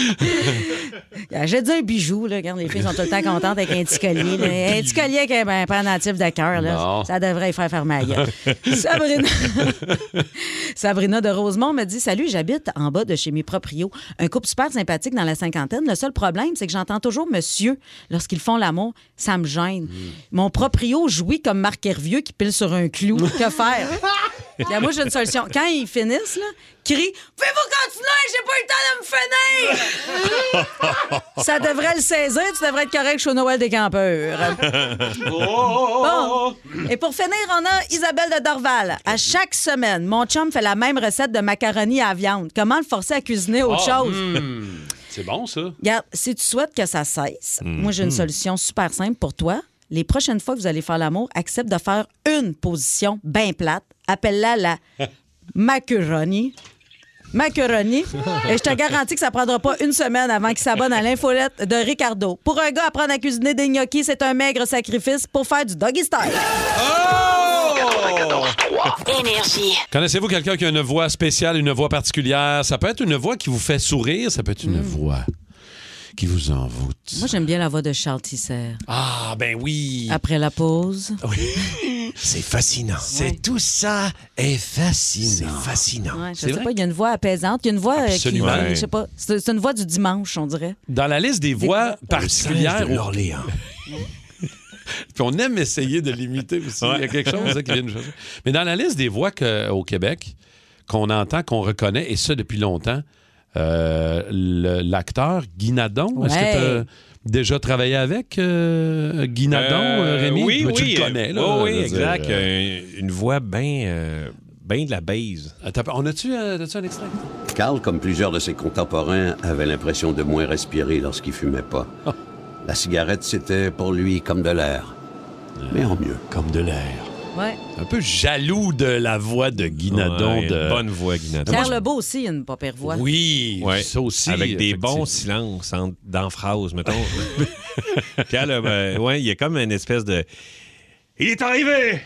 Speaker 4: J'ai dit un bijou, là. Regarde, les filles sont tout le temps contentes avec un petit collier. là. Un petit collier avec un, ben, un pendentif de cœur, là.
Speaker 10: Bon.
Speaker 4: Ça devrait y faire faire
Speaker 2: Ah,
Speaker 4: ma gueule. Sabrina. Sabrina de Rosemont me dit Salut, j'habite en bas de chez mes proprios. Un couple super sympathique dans la cinquantaine. Le seul problème, c'est que j'entends toujours monsieur lorsqu'ils font l'amour. Ça me gêne. Mon proprio jouit comme Marc Hervieux qui pile sur un clou. Que faire Puis là, Moi, j'ai une solution. Quand ils finissent, là, crie Fais-vous continuer, j'ai pas eu le temps de me finir Ça devrait le saisir, tu devrais être correct chez Noël des campeurs.
Speaker 3: Oh,
Speaker 4: Bon. Et pour finir, on a Isabelle de Dorval. À chaque semaine, mon chum fait la même recette de macaroni à la viande. Comment le forcer à cuisiner autre
Speaker 3: Ah,
Speaker 4: chose?
Speaker 3: hmm. C'est bon, ça.
Speaker 4: Regarde, si tu souhaites que ça cesse,
Speaker 3: Mhm.
Speaker 4: moi j'ai une solution super simple pour toi. Les prochaines fois que vous allez faire l'amour, accepte de faire une position bien plate. Appelle-la la macaroni. Macaroni. Et je te garantis que ça prendra pas une semaine avant qu'il s'abonne à l'infolette de Ricardo. Pour un gars apprendre à cuisiner des gnocchis, c'est un maigre sacrifice pour faire du doggy style.
Speaker 5: Oh!
Speaker 10: Énergie.
Speaker 3: Connaissez-vous quelqu'un qui a une voix spéciale, une voix particulière? Ça peut être une voix qui vous fait sourire, ça peut être une
Speaker 4: Hmm.
Speaker 3: voix qui vous envoûte.
Speaker 4: Moi, j'aime bien la voix de Charles Tisser.
Speaker 5: Ah, ben oui.
Speaker 4: Après la pause.
Speaker 5: C'est fascinant. C'est tout ça est fascinant. C'est fascinant.
Speaker 4: Ouais, je sais pas, il y a une voix apaisante, il y a une voix euh, qui,
Speaker 3: Absolument.
Speaker 4: je sais pas, c'est c'est une voix du dimanche, on dirait.
Speaker 3: Dans la liste des voix particulières.
Speaker 5: de
Speaker 3: l'Orléans. Puis on aime essayer de l'imiter aussi. Il y a quelque chose là, qui vient nous chercher. Mais dans la liste des voix que- au Québec, qu'on entend, qu'on reconnaît, et ça depuis longtemps, euh, le- l'acteur Guy Nadon, est-ce
Speaker 5: Ouais.
Speaker 3: que tu déjà travaillé avec euh, Guy Nadon,
Speaker 5: Euh,
Speaker 3: euh, Rémi?
Speaker 5: Oui,
Speaker 3: Tu
Speaker 5: oui. Oh,
Speaker 3: le connais, là.
Speaker 5: oui,
Speaker 3: je
Speaker 5: oui,
Speaker 3: veux dire,
Speaker 5: exact.
Speaker 3: euh,
Speaker 5: Euh, Une voix bien ben de la base.
Speaker 3: on a-tu euh, as-tu un extrait?
Speaker 13: Karl, comme plusieurs de ses contemporains, avait l'impression de moins respirer lorsqu'il fumait pas. La cigarette, c'était pour lui comme de l'air. Mais en mieux.
Speaker 3: Comme de l'air.
Speaker 4: Ouais.
Speaker 3: Un peu jaloux de la voix de Guy Nadon.
Speaker 5: Ouais, une
Speaker 3: de...
Speaker 5: bonne voix, Guy Nadon.
Speaker 4: Pierre Lebeau aussi, il y a une pas pire voix.
Speaker 3: Oui,
Speaker 5: Ouais,
Speaker 3: ça aussi.
Speaker 5: Avec des
Speaker 3: effectivement.
Speaker 5: bons silences en- dans phrases, mettons. Pierre, Lebeau, euh, ouais, il y a comme une espèce de. Il est arrivé!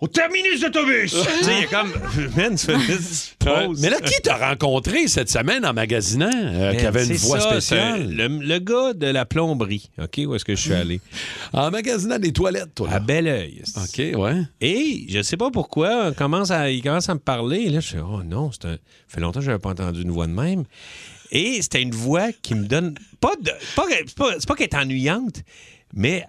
Speaker 5: Au terminus d'autobus! Tu sais, il y a comme. Man, tu fais une petite pause.
Speaker 3: Mais là, qui t'a rencontré cette semaine en magasinant euh, qui
Speaker 5: Man,
Speaker 3: avait une
Speaker 5: c'est
Speaker 3: voix
Speaker 5: ça,
Speaker 3: spéciale?
Speaker 5: c'est Le, le gars de la plomberie, OK, où est-ce que je suis allé?
Speaker 3: en magasinant des toilettes, toi.
Speaker 5: À bel oeil.
Speaker 3: OK, ouais.
Speaker 5: Et je sais pas pourquoi, on commence à, il commence à me parler. Et là, je suis oh non, c'est un- fait longtemps que je n'avais pas entendu une voix de même. Et c'était une voix qui me donne. Pas de, pas, c'est pas, c'est pas qu'elle est ennuyante, mais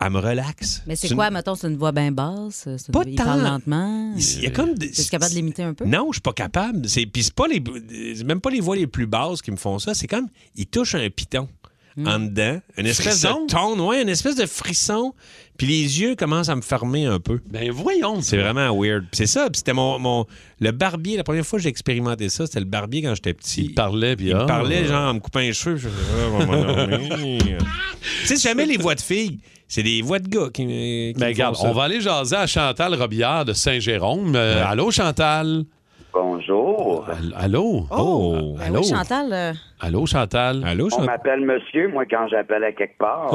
Speaker 5: elle me relaxe.
Speaker 4: Mais c'est
Speaker 5: une-
Speaker 4: quoi, mettons, c'est une voix bien basse? c'est une-
Speaker 5: Pas
Speaker 4: il
Speaker 5: tant.
Speaker 4: parle lentement.
Speaker 5: Il y a comme des-
Speaker 4: Es-tu capable de l'imiter un peu?
Speaker 5: Non, je suis pas capable. C'est puis c'est pas les c'est même pas les voix les plus basses qui me font ça, c'est comme il touche un piton
Speaker 4: Hmm.
Speaker 5: en dedans, une espèce
Speaker 3: Frisson?
Speaker 5: de tone, ouais, une espèce de frisson, puis les yeux commencent à me fermer un peu.
Speaker 3: Ben voyons.
Speaker 5: C'est vraiment weird. Puis C'est ça, puis c'était mon, mon- le barbier, la première fois que j'ai expérimenté ça, c'était le barbier quand j'étais petit. Il
Speaker 3: parlait puis
Speaker 5: il
Speaker 3: ah.
Speaker 5: me parlait genre en me coupant les cheveux, puis je faisais, Ah, maman, oui. Tu sais jamais les voix de filles, c'est des voix de gars qui, qui me font
Speaker 3: Ben regarde,
Speaker 5: ça.
Speaker 3: on va aller jaser à Chantal Robillard de Saint-Jérôme. Euh, Allô, Chantal?
Speaker 14: Bonjour.
Speaker 3: Allô? Oh!
Speaker 4: Ben
Speaker 3: allô?
Speaker 4: oui, Chantal. euh,
Speaker 3: Allô, Chantal? Allô,
Speaker 14: On m'appelle monsieur, moi, quand j'appelle à quelque part.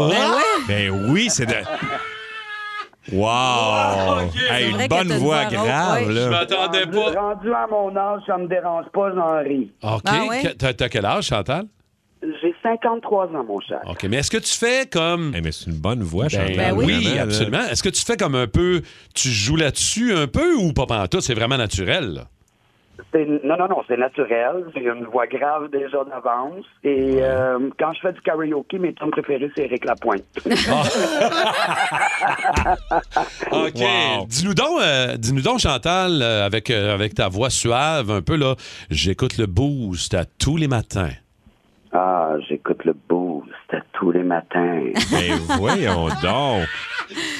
Speaker 5: Ben oui, c'est de. Wow! Hey, une bonne voix grave, là.
Speaker 3: m'attendais pas.
Speaker 14: Rendu à mon âge, ça me dérange pas, j'en ris.
Speaker 3: OK.
Speaker 4: Ah
Speaker 14: Ben oui.
Speaker 3: que- T'as t'as quel âge, Chantal?
Speaker 14: J'ai 53 ans, mon cher.
Speaker 3: OK, mais est-ce que tu fais
Speaker 5: Eh,
Speaker 3: comme. Ben
Speaker 5: mais c'est une bonne voix, Chantal,
Speaker 4: Ben
Speaker 3: oui,
Speaker 5: vraiment, là.
Speaker 3: absolument. Est-ce que tu fais comme un peu. Tu joues là-dessus un peu ou pas pantoute? C'est vraiment naturel, là.
Speaker 14: C'est- Non, non, non, c'est naturel. J'ai une voix grave déjà d'avance. Et euh, quand je fais du karaoké, mes tunes préférées, c'est Éric Lapointe.
Speaker 3: OK. Dis-nous donc, euh, dis-nous donc, Chantal, euh, avec, euh, avec ta voix suave, un peu, là, j'écoute le boost à tous les matins.
Speaker 14: Ah, j'écoute le boost à tous les matins.
Speaker 5: Ben voyons donc.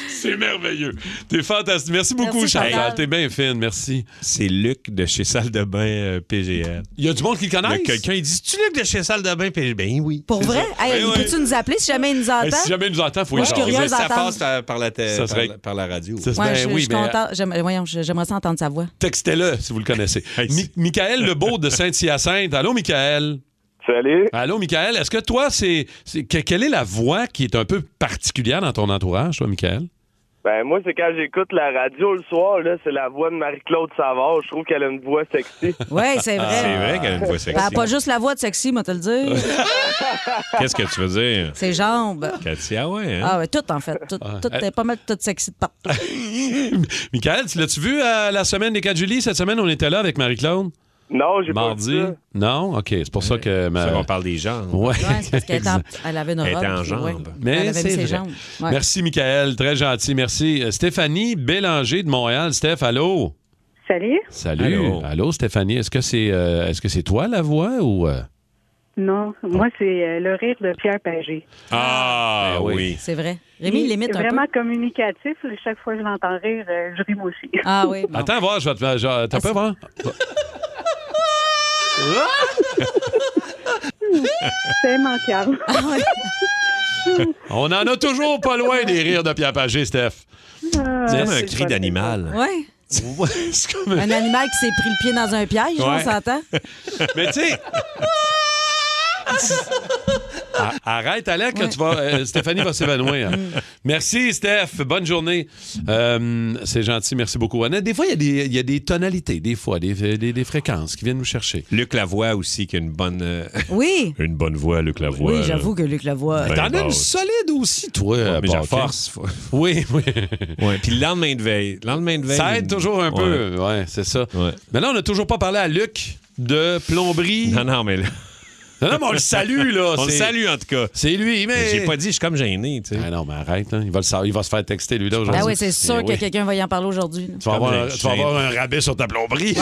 Speaker 3: C'est merveilleux. T'es fantastique. Merci beaucoup,
Speaker 5: Merci,
Speaker 3: Chantal.
Speaker 5: Chantal.
Speaker 3: T'es bien fine, merci.
Speaker 5: C'est Luc de chez Salle de Bain euh, PGL.
Speaker 3: Il y a du monde qui le
Speaker 5: connaît. Quelqu'un, il dit C'est-tu Luc de chez Salle de Bain PGL Ben oui.
Speaker 4: Pour vrai? Hey,
Speaker 5: Ben oui. Ben,
Speaker 4: Peux-tu nous appeler si jamais il nous entend?
Speaker 3: Hey, si jamais il nous entend, faut
Speaker 4: Moi,
Speaker 3: y
Speaker 4: je suis
Speaker 3: jaser.
Speaker 4: curieuse
Speaker 5: Ça
Speaker 4: d'entendre.
Speaker 5: passe à- par la, télé,
Speaker 3: Ça serait-
Speaker 5: par, la, par la radio.
Speaker 3: Ça-
Speaker 4: Ouais,
Speaker 3: Ben
Speaker 4: je, je
Speaker 3: oui,
Speaker 4: suis
Speaker 3: mais- euh,
Speaker 4: contente. J'aime- voyons, je- j'aimerais ça entendre sa voix.
Speaker 3: Textez-le si vous le connaissez. Mi- Michael Lebeau de Saint-Hyacinthe. Allô, Michael. Salut. Allô, Michael. Est-ce que toi, c'est. c'est- que- quelle est la voix qui est un peu particulière dans ton entourage, toi, Michael?
Speaker 15: Ben moi, c'est quand j'écoute la radio le soir, là, c'est la voix de Marie-Claude Savard. Je trouve qu'elle a une voix sexy.
Speaker 4: Oui,
Speaker 5: C'est
Speaker 4: c'est vrai.
Speaker 5: vrai qu'elle a une voix sexy.
Speaker 4: Ben, pas juste la voix de sexy, moi, te le dire.
Speaker 5: Qu'est-ce que tu veux dire?
Speaker 4: Ses jambes.
Speaker 5: Katia, ouais. Hein? Euh,
Speaker 4: Ah, ouais, tout, en fait. Tout,
Speaker 3: Ah.
Speaker 4: tout est pas mal tout sexy de partout.
Speaker 3: Michael, tu l'as-tu vu à la semaine des 4 juillet? Cette semaine, on était là avec Marie-Claude?
Speaker 15: Non, j'ai
Speaker 3: pas Mardi?
Speaker 15: vu ça.
Speaker 3: Non? OK, c'est pour ça que. euh, Ma...
Speaker 5: qu'on parle des jambes.
Speaker 3: Ouais.
Speaker 4: Ouais, c'est parce qu'elle était en- elle avait une robe.
Speaker 3: Elle était en
Speaker 4: puis,
Speaker 3: jambes.
Speaker 4: ouais,
Speaker 3: Mais
Speaker 4: elle avait mis
Speaker 3: c'est
Speaker 4: ses
Speaker 3: vrai.
Speaker 4: jambes. Ouais.
Speaker 3: Merci, Michael. Très gentil. Merci. Euh, Stéphanie Bélanger de Montréal. Steph, allô?
Speaker 16: Salut.
Speaker 3: Salut.
Speaker 5: Allô.
Speaker 3: Allô, Stéphanie. Est-ce que c'est euh, est-ce que c'est toi la voix ou. euh?
Speaker 16: Non, moi, c'est euh, le rire de Pierre Pagé.
Speaker 3: Ah, oui.
Speaker 4: C'est vrai. Rémi, il limite
Speaker 16: C'est
Speaker 4: un peu.
Speaker 16: vraiment communicatif. Chaque fois que je l'entends rire, euh, je ris moi aussi.
Speaker 4: Ah oui.
Speaker 3: Attends, voir, je vais te. je- T'as peur, voir?
Speaker 16: C'est manquable.
Speaker 4: Ah
Speaker 3: On en a toujours pas loin des rires de Pierre Pagé, Steph.
Speaker 4: Ah,
Speaker 3: euh, C'est
Speaker 4: c'est pas-
Speaker 3: d'animal.
Speaker 4: Ouais.
Speaker 3: Ouais, c'est comme
Speaker 4: Un animal qui s'est pris le pied dans un piège, on
Speaker 3: Ouais.
Speaker 4: s'entend?
Speaker 3: Mais tu sais. Ah, Arrête, Alec, là, tu vas, euh, Stéphanie va s'évanouir. Merci, Steph. Bonne journée. Euh, c'est gentil. Merci beaucoup, Annette. Des fois, il y a des- il y, a des tonalités, des fois, des, des- des fréquences qui viennent nous chercher.
Speaker 5: Luc Lavoie aussi, qui a une bonne. euh,
Speaker 4: Oui.
Speaker 5: une bonne voix, Luc Lavoie.
Speaker 4: Oui,
Speaker 5: là.
Speaker 4: j'avoue que Luc Lavoie.
Speaker 5: Ben,
Speaker 3: T'en as
Speaker 5: bon.
Speaker 3: une solide aussi, toi.
Speaker 5: Ouais, mais
Speaker 3: Paquin.
Speaker 5: j'ai force. faut-
Speaker 3: Oui, oui.
Speaker 5: Ouais, Puis le lendemain de veille. le lendemain de veille.
Speaker 3: Ça aide toujours un peu. Ouais, c'est ça. Mais là, on n'a toujours pas parlé à Luc de plomberie.
Speaker 5: Non, non, mais là.
Speaker 3: Non, non, mais on le salue, là.
Speaker 5: on le
Speaker 3: C'est-
Speaker 5: salue, en tout cas.
Speaker 3: C'est lui, mais.
Speaker 5: J'ai pas dit, je suis comme gêné, tu sais.
Speaker 3: Ah non, mais arrête, hein. il, va le sa- il va se faire texter, lui, là, aujourd'hui.
Speaker 4: Ah oui, c'est sûr
Speaker 3: Eh
Speaker 4: que
Speaker 3: oui.
Speaker 4: quelqu'un va y en parler aujourd'hui. là.
Speaker 3: Tu vas, avoir un,
Speaker 5: Comme
Speaker 3: tu vas
Speaker 5: j'ai-
Speaker 3: avoir un rabais sur ta plomberie.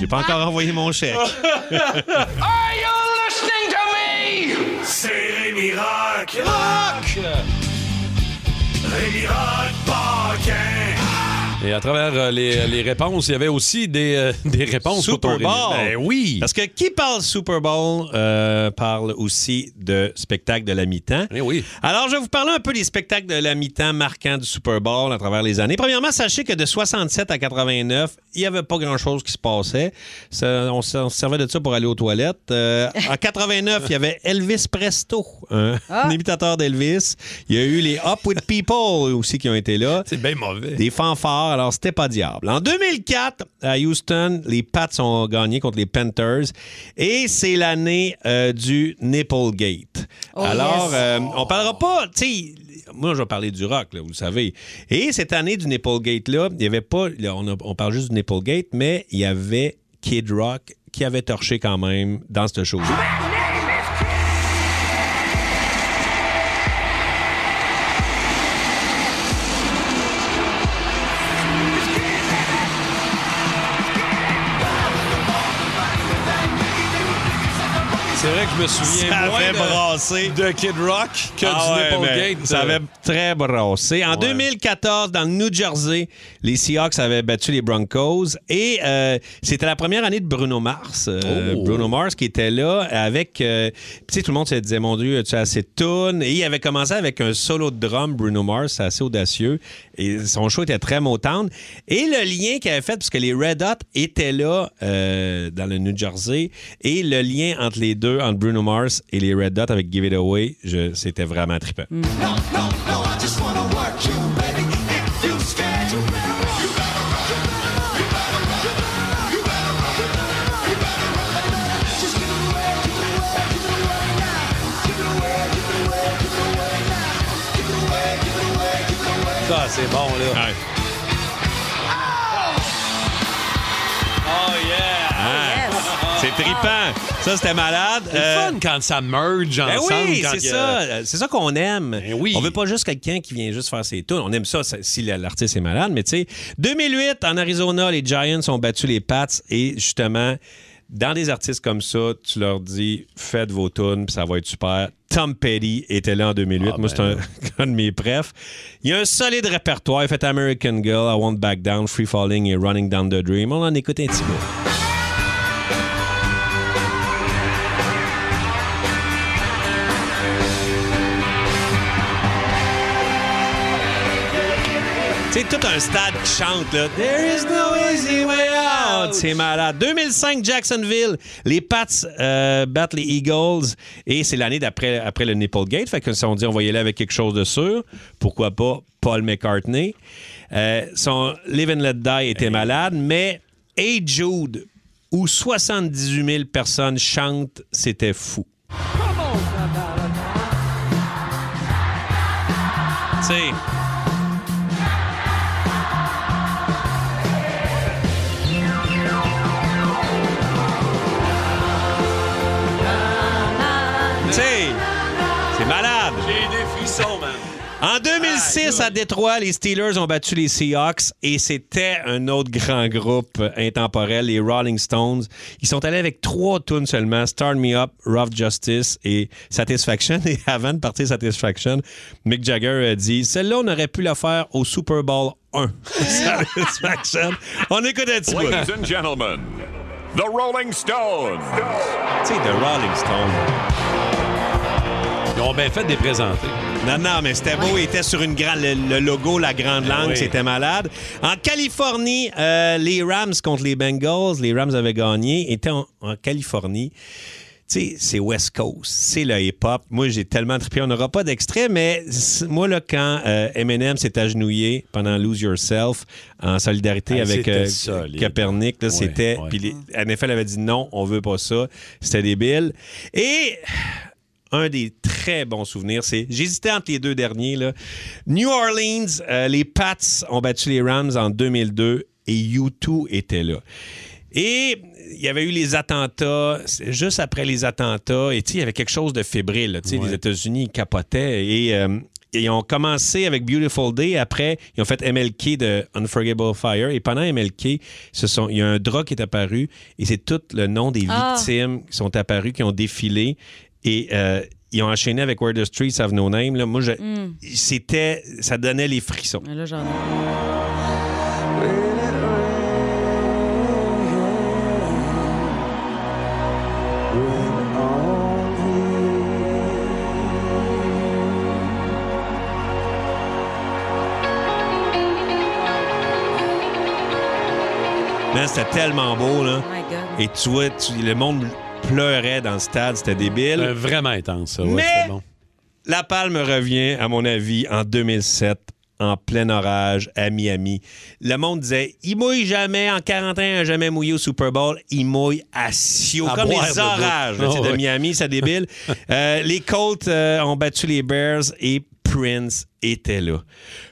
Speaker 5: J'ai pas encore envoyé mon chèque.
Speaker 2: Are you listening to me? C'est Rémi Rock. Rock! Rémi Rock Paquin.
Speaker 3: Et à travers euh, les, les réponses, il y avait aussi des, euh, des réponses.
Speaker 5: Super
Speaker 3: pour ton
Speaker 5: Bowl.
Speaker 3: Rémi. Ben oui.
Speaker 5: Parce que qui parle Super Bowl euh, parle aussi de spectacle de la mi-temps.
Speaker 3: Eh oui.
Speaker 5: Alors, je vais vous parler un peu des spectacles de la mi-temps marquants du Super Bowl à travers les années. Premièrement, sachez que de 67 à 89, il n'y avait pas grand-chose qui se passait. Ça- on, s- on se servait de ça pour aller aux toilettes. Euh, en 89, il y avait Elvis Presto, un,
Speaker 17: Ah.
Speaker 5: un imitateur d'Elvis. Il y a eu les Up With People aussi qui ont été là.
Speaker 3: C'est bien mauvais.
Speaker 5: Des fanfares, alors c'était pas diable. En 2004, à Houston, les Pats ont gagné contre les Panthers et c'est l'année euh, du Nipplegate.
Speaker 17: Oh,
Speaker 5: alors,
Speaker 17: yes.
Speaker 5: euh, on parlera pas, tu sais, moi je vais parler du rock, là, vous le savez. Et cette année du Nipplegate-là, il y avait pas, là, on, a- on parle juste du Nipplegate, mais il y avait Kid Rock qui avait torché quand même dans ce show-là.
Speaker 3: C'est vrai que je me souviens
Speaker 5: Ça
Speaker 3: moins
Speaker 5: avait
Speaker 3: de-
Speaker 5: brasser.
Speaker 3: de Kid Rock que
Speaker 5: Ah
Speaker 3: du
Speaker 5: ouais,
Speaker 3: Nippon
Speaker 5: mais
Speaker 3: Gate.
Speaker 5: Ça
Speaker 3: Euh,
Speaker 5: avait très brassé. En 2014, dans le New Jersey, les Seahawks avaient battu les Broncos et euh, c'était la première année de Bruno Mars. Euh, Bruno Mars qui était là avec. euh, tu sais, tout le monde se disait, mon Dieu, tu as assez de tunes. Et il avait commencé avec un solo de drum, Bruno Mars, c'est assez audacieux. Et son show était très Motown. Et le lien qu'il avait fait, puisque les Red Hot étaient là euh, dans le New Jersey, et le lien entre les deux, entre Bruno Mars et les Red Hot avec Give It Away, je- c'était vraiment trippant.
Speaker 3: Ça, c'est bon, là. Oh,
Speaker 6: Ah,
Speaker 3: yeah!
Speaker 5: Hein? C'est trippant. Ça, c'était malade. Euh,
Speaker 3: C'est le fun quand ça merge
Speaker 5: Ben
Speaker 3: ensemble,
Speaker 5: oui,
Speaker 3: quand
Speaker 5: c'est
Speaker 3: il y a- Ben
Speaker 5: ça. Euh, C'est ça qu'on aime. On veut pas juste quelqu'un qui vient juste faire ses tunes. On aime ça ça- si la- l'artiste est malade. Mais tu sais, 2008, en Arizona, les Giants ont battu les Pats et justement, dans des artistes comme ça, tu leur dis faites vos tunes, puis ça va être super. Tom Petty était là en 2008.
Speaker 3: Ah,
Speaker 5: Moi,
Speaker 3: ben
Speaker 5: c'est un, un de mes prefs. Il y a un solide répertoire. Il fait American Girl, I Won't Back Down, Free Falling et Running Down the Dream. On en écoute un petit peu. C'est tout un stade qui chante, là. There is no easy way out. C'est malade. 2005, Jacksonville. Les Pats euh, battent les Eagles. Et c'est l'année d'après après le Nipplegate. Fait que si on dit on va y aller avec quelque chose de sûr, pourquoi pas Paul McCartney. Euh, son Live and Let Die était malade, mais Hey Jude, où 78 000 personnes chantent, c'était fou. Tu sais, tu sais, c'est malade.
Speaker 3: J'ai des frissons, man.
Speaker 5: En 2006, à Détroit, les Steelers ont battu les Seahawks et c'était un autre grand groupe euh, intemporel, les Rolling Stones. Ils sont allés avec trois tunes seulement, Start Me Up, Rough Justice et Satisfaction. Et avant de partir Satisfaction, Mick Jagger a dit « Celle-là, on aurait pu la faire au Super Bowl 1. Satisfaction. » On écoute un petit
Speaker 17: Ladies
Speaker 5: bout.
Speaker 17: and gentlemen, the Rolling Stones.
Speaker 5: Tu sais, The Rolling Stones.
Speaker 3: Ils ont bien fait de les présenter.
Speaker 5: Non, non, mais c'était beau. Il était sur une grande, le, le logo, la grande langue,
Speaker 3: Ah oui.
Speaker 5: c'était malade. En Californie, euh, les Rams contre les Bengals, les Rams avaient gagné, étaient en, en Californie. Tu sais, c'est West Coast, c'est le hip-hop. Moi, j'ai tellement trippé. On n'aura pas d'extrait, mais c- moi, là, quand euh, Eminem s'est agenouillé pendant Lose Yourself en solidarité
Speaker 3: Ah,
Speaker 5: avec
Speaker 3: c'était
Speaker 5: euh,
Speaker 3: solide.
Speaker 5: Copernic, là,
Speaker 3: Ouais,
Speaker 5: c'était. Puis les- NFL avait dit non, on veut pas ça. C'était débile. Et un des très bons souvenirs, c'est j'hésitais entre les deux derniers. Là. New Orleans, euh, les Pats ont battu les Rams en 2002 et U2 était là. Et il y avait eu les attentats, c'est juste après les attentats, et tu sais, il y avait quelque chose de fébrile. tu sais, Les États-Unis ils capotaient et euh, et ils ont commencé avec Beautiful Day. Après, ils ont fait MLK de Unforgettable Fire. Et pendant MLK, ce sont, il y a un drap qui est apparu et c'est tout le nom des
Speaker 3: Ah.
Speaker 5: victimes qui sont apparues, qui ont défilé. Et euh, ils ont enchaîné avec Where the Streets Have No Name. Là, moi, je-
Speaker 4: Mm.
Speaker 5: c'était, ça donnait les frissons.
Speaker 4: Mais là, j'en ai.
Speaker 5: Man, c'était tellement beau. Là.
Speaker 4: Oh my God.
Speaker 5: Et tu vois, tu- le monde pleurait dans le stade. C'était débile.
Speaker 3: Euh, vraiment intense, ça. Ouais,
Speaker 5: Mais-
Speaker 3: c'était bon.
Speaker 5: La Palme revient, à mon avis, en 2007, en plein orage, à Miami. Le monde disait il mouille jamais, en 41, il a jamais mouillé au Super Bowl, il mouille à Sio.
Speaker 3: À
Speaker 5: Comme
Speaker 3: boire
Speaker 5: les
Speaker 3: debout.
Speaker 5: orages là, tu sais,
Speaker 3: Ah
Speaker 5: de
Speaker 3: ouais.
Speaker 5: Miami, c'est débile. Euh, les Colts euh, ont battu les Bears et Prince était là.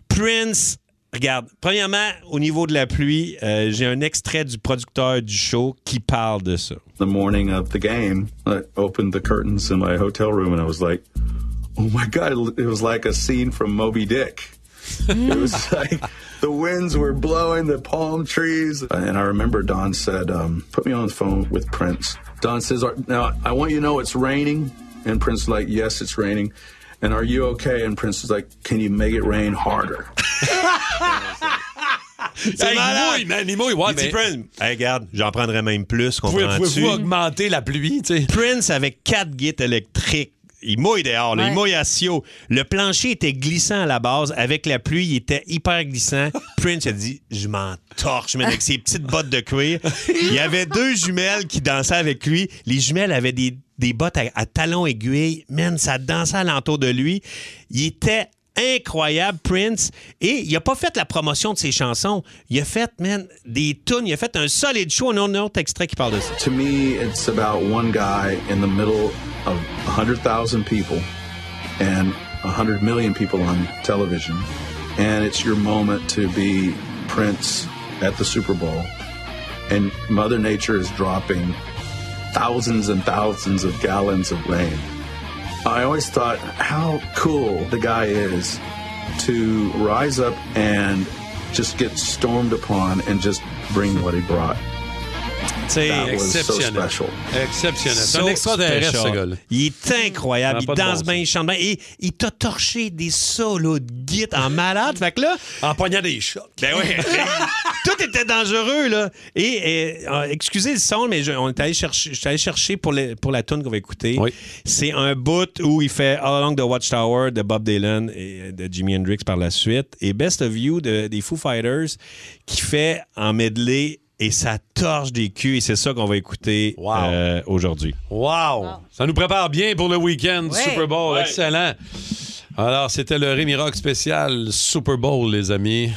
Speaker 5: Prince. Regarde, premièrement, au niveau de la pluie, euh, j'ai un extrait du producteur du show qui parle de ça.
Speaker 18: the morning of the game, I opened the curtains in my hotel room and I was like, oh my God, it was like a scene from Moby Dick. it was like the winds were blowing, the palm trees. And I remember Don said, um, put me on the phone with Prince. Don says, "Are- now I want you to know it's raining. And Prince is like, yes, it's raining. And are you okay? And Prince is like, can you make it rain harder?
Speaker 5: C'est malade.
Speaker 3: il mouille, ouais,
Speaker 5: il dit,
Speaker 3: mais-
Speaker 5: Prince, hey, regarde, j'en prendrais même plus,
Speaker 3: Pouvez-
Speaker 5: comprends-tu?
Speaker 3: pouvez-vous augmenter la pluie, tu sais?
Speaker 5: Prince avec quatre guides électriques. Il mouille dehors, là,
Speaker 3: Ouais.
Speaker 5: il mouille à Sio. Le plancher était glissant à la base. Avec la pluie, il était hyper glissant. Prince a dit Je m'en torche, mais avec ses petites bottes de cuir. Il y avait deux jumelles qui dansaient avec lui. Les jumelles avaient des, des bottes à, à talons aiguilles. Man, ça dansait alentour de lui. Il était incroyable, Prince. Et il a pas fait la promotion de ses chansons. Il a fait, man, des tunes. Il a fait un solide show. On a un autre extrait qui parle de ça.
Speaker 18: To me, it's about one guy in the middle of 100,000 people and 100 million people on television. And it's your moment to be Prince at the Super Bowl. And Mother Nature is dropping thousands and thousands of gallons of rain. I always thought how cool the guy is to rise up and just get stormed upon and just bring what he brought.
Speaker 5: C'est
Speaker 18: That was so
Speaker 3: exceptionnel.
Speaker 18: special.
Speaker 3: Exceptionnel. C'est
Speaker 5: So
Speaker 3: un extraterrestre,
Speaker 5: special.
Speaker 3: ce gars-là.
Speaker 5: Il est incroyable.
Speaker 3: Ça n'a
Speaker 5: Il
Speaker 3: pas de
Speaker 5: danse
Speaker 3: bon
Speaker 5: bien, il chante bien. Et il t'a torché des solos de guitare en malade. Fait que là. En poignant des shots. Ben oui. Tout était dangereux, là. Et, et, euh, excusez le son, mais je, on est allé chercher, je suis allé chercher pour, le- pour la tune qu'on va écouter. C'est un bout où il fait All Along the Watchtower de Bob Dylan et euh, de Jimi Hendrix par la suite. Et Best of You de- des Foo Fighters qui fait en medley et ça torche des culs. Et c'est ça qu'on va écouter euh, aujourd'hui.
Speaker 3: Wow! Ça nous prépare bien pour le week-end du
Speaker 5: Ouais.
Speaker 3: Super Bowl.
Speaker 5: Ouais.
Speaker 3: Excellent. Alors, c'était le Rémi Rock spécial Super Bowl, les amis.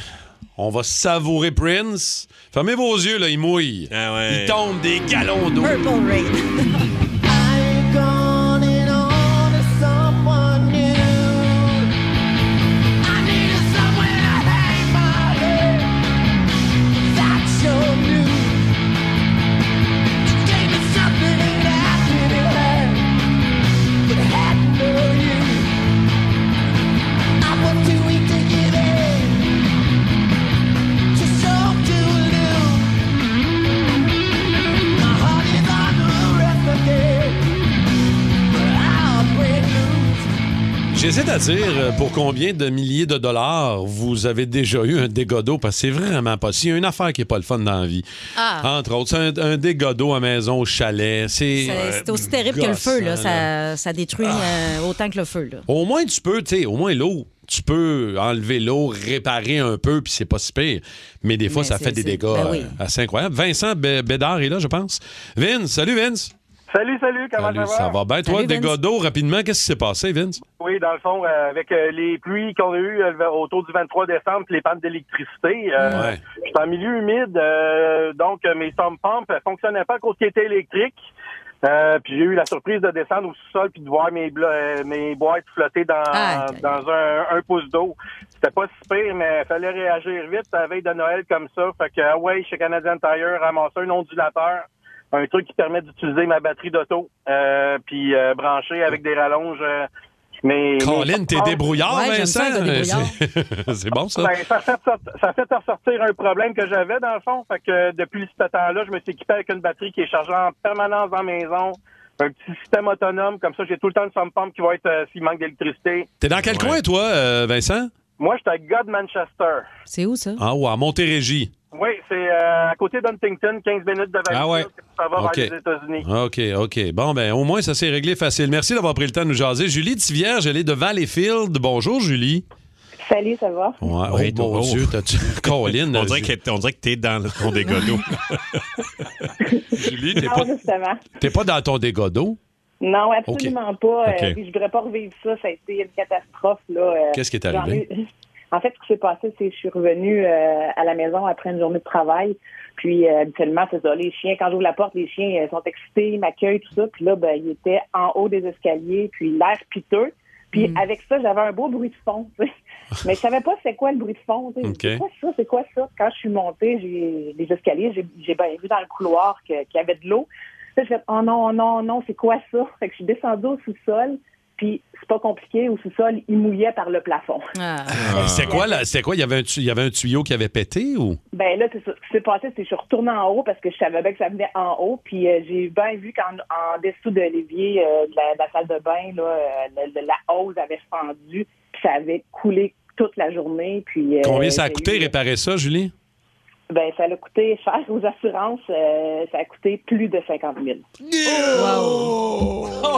Speaker 3: On va savourer Prince. Fermez vos yeux, là, il mouille. Il tombe des galons d'eau.
Speaker 4: Purple Rain.
Speaker 3: J'hésite à dire euh, pour combien de milliers de dollars vous avez déjà eu un dégât d'eau, parce que c'est vraiment pas. S'il y a une affaire qui est pas le fun dans la vie,
Speaker 4: Ah.
Speaker 3: entre autres, c'est un, un dégât d'eau à maison, au chalet, c'est.
Speaker 4: C'est- C'est aussi
Speaker 3: euh,
Speaker 4: terrible que le feu, là.
Speaker 3: gossant,
Speaker 4: Ça, ça détruit euh, autant que le feu, là.
Speaker 3: Au moins, tu peux, tu sais, au moins l'eau, tu peux enlever l'eau, réparer un peu, puis c'est pas si pire. Mais des fois,
Speaker 4: Mais
Speaker 3: ça
Speaker 4: c'est-
Speaker 3: fait des
Speaker 4: c'est-
Speaker 3: dégâts
Speaker 4: ben oui.
Speaker 3: euh, assez incroyables. Vincent Bé- Bédard est là, je pense. Vince, salut Vince.
Speaker 19: Salut, salut, comment
Speaker 3: Salut,
Speaker 19: ça va?
Speaker 3: bien. Toi, dégâts d'eau, rapidement, qu'est-ce qui s'est passé, Vince?
Speaker 19: Oui, dans le fond, euh, avec euh, les pluies qu'on a eues euh, autour du 23 décembre, puis les pannes d'électricité, euh,
Speaker 3: Ouais.
Speaker 19: je suis en milieu humide, euh, donc euh, mes storm pompes ne fonctionnaient pas à cause qu'ils étaient électriques. Euh, puis j'ai eu la surprise de descendre au sous-sol puis de voir mes, blo- euh, mes boîtes flotter dans, dans un, un pouce d'eau. C'était pas si pire, mais fallait réagir vite à la veille de Noël comme ça. Fait que, ah ouais, chez Canadian Tire, ramasser un ondulateur, un truc qui permet d'utiliser ma batterie d'auto, euh, puis euh, brancher avec des rallonges. euh, mais,
Speaker 3: Colin, t'es débrouillard, Vincent. euh, C'est- c'est bon, ça.
Speaker 19: Ben, ça, fait ressort- ça fait ressortir un problème que j'avais dans le fond. Fait que euh, depuis ce temps-là, je me suis équipé avec une batterie qui est chargée en permanence dans la maison. Un petit système autonome, comme ça j'ai tout le temps une somme pompe qui va être euh, s'il manque d'électricité.
Speaker 3: T'es dans quel coin, toi, euh, Vincent?
Speaker 19: Moi, j'étais à God Manchester.
Speaker 4: C'est où, ça?
Speaker 3: Ah ouais, à Montérégie.
Speaker 19: Oui, c'est euh, à côté d'Huntington, 15 minutes de Vancouver,
Speaker 3: Ah ouais.
Speaker 19: Ben, ça va
Speaker 3: OK.
Speaker 19: vers les États-Unis.
Speaker 3: OK, OK. Bon, ben au moins, ça s'est réglé facile. Merci d'avoir pris le temps de nous jaser. Julie Tivierge, elle est de Valleyfield. Bonjour, Julie.
Speaker 20: Salut, ça va?
Speaker 3: Ouais,
Speaker 5: Ouais,
Speaker 3: oh, mon
Speaker 5: oh.
Speaker 3: Dieu, t'as-tu... Colin,
Speaker 5: On dirait que- on dirait que t'es dans le- ton dégât d'eau.
Speaker 3: Julie, t'es
Speaker 20: non,
Speaker 3: pas,
Speaker 20: justement.
Speaker 3: t'es pas dans ton dégât d'eau.
Speaker 20: Non, absolument pas. Euh,
Speaker 3: Ok.
Speaker 20: puis je voudrais pas revivre ça. Ça a été une catastrophe. là. Euh,
Speaker 3: Qu'est-ce qui est
Speaker 20: j'en
Speaker 3: arrivé?
Speaker 20: ai- En fait, ce qui s'est passé, c'est que je suis revenue euh, à la maison après une journée de travail. Puis, euh, habituellement, c'est ça. Les chiens, quand j'ouvre la porte, les chiens euh, sont excités, ils m'accueillent, tout ça. Puis là, ben, ils étaient en haut des escaliers, puis l'air piteux. Puis avec ça, j'avais un beau bruit de fond. tu sais. Mais je savais pas c'est quoi le bruit de fond. tu sais.
Speaker 21: Ok.
Speaker 20: C'est quoi ça? C'est quoi ça? Quand je suis montée, j'ai les escaliers, j'ai- j'ai bien vu dans le couloir que- qu'il y avait de l'eau. Là, j'ai fait, oh non, oh non, oh non, c'est quoi ça? Fait que je suis descendue au sous-sol, puis c'est pas compliqué. Au sous-sol, il mouillait par le plafond.
Speaker 3: Ah. C'était quoi, là? C'était quoi? Il y, avait un tu- il y avait un tuyau qui avait pété ou?
Speaker 20: Ben là, c'est ça. ce qui s'est passé, c'est que je suis retournée en haut parce que je savais bien que ça venait en haut. Puis euh, j'ai bien vu qu'en en dessous de l'évier euh, de, la, de la salle de bain, là, euh, le- le- la hose avait fendu, puis ça avait coulé toute la journée. Puis, euh,
Speaker 3: Combien ça a
Speaker 20: j'ai
Speaker 3: coûté réparer ça, Julie?
Speaker 20: eu- ben, ça l'a coûté cher aux assurances. euh, ça a coûté plus de 50 000.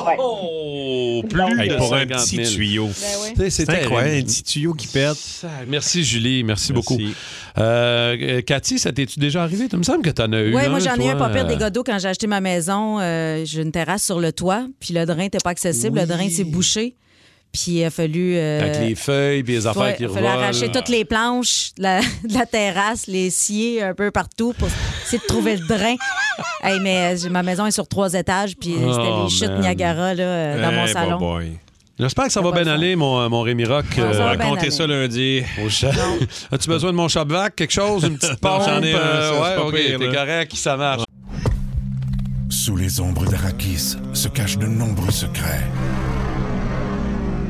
Speaker 20: Ouais.
Speaker 3: Oh,
Speaker 5: plus
Speaker 3: plus
Speaker 5: de 50 000. Ben oui. C'est
Speaker 3: C'est- C'est
Speaker 5: incroyable,
Speaker 3: terrible.
Speaker 5: un petit tuyau qui pète.
Speaker 3: Merci Julie, merci, beaucoup. Euh, euh, Cathy, ça t'es-tu déjà arrivé? Il me semble que t'en as eu
Speaker 4: Oui, moi j'en ai eu un
Speaker 3: toi. euh,
Speaker 4: pas pire des godots quand j'ai acheté ma maison. euh, j'ai une terrasse sur le toit, puis le drain n'était pas accessible. Le drain s'est bouché, puis il a fallu. euh,
Speaker 3: Avec les feuilles puis les affaires
Speaker 4: ouais,
Speaker 3: qui
Speaker 4: il a
Speaker 3: revolent. euh,
Speaker 4: fallu arracher toutes les planches de la, de la terrasse, les scier un peu partout pour essayer de trouver le drain. Hey, mais euh, ma maison est sur trois étages, puis euh, c'était
Speaker 3: Oh,
Speaker 4: les chutes
Speaker 3: man.
Speaker 4: Niagara là, euh, dans mon
Speaker 3: Eh,
Speaker 4: salon.
Speaker 3: bon boy. J'espère que ça va bien aller, mon, mon Rémi Rock.
Speaker 5: Ça va bien Racontez aller. ça
Speaker 3: lundi. As-tu besoin de mon chabac, quelque chose, une petite pompe?
Speaker 5: j'en ai un,
Speaker 3: Euh,
Speaker 5: ça, c'est pas
Speaker 3: ouais,
Speaker 5: pire,
Speaker 3: ok, t'es
Speaker 5: là.
Speaker 3: correct, ça marche.
Speaker 12: Sous les ombres d'Arakis se cachent de nombreux secrets.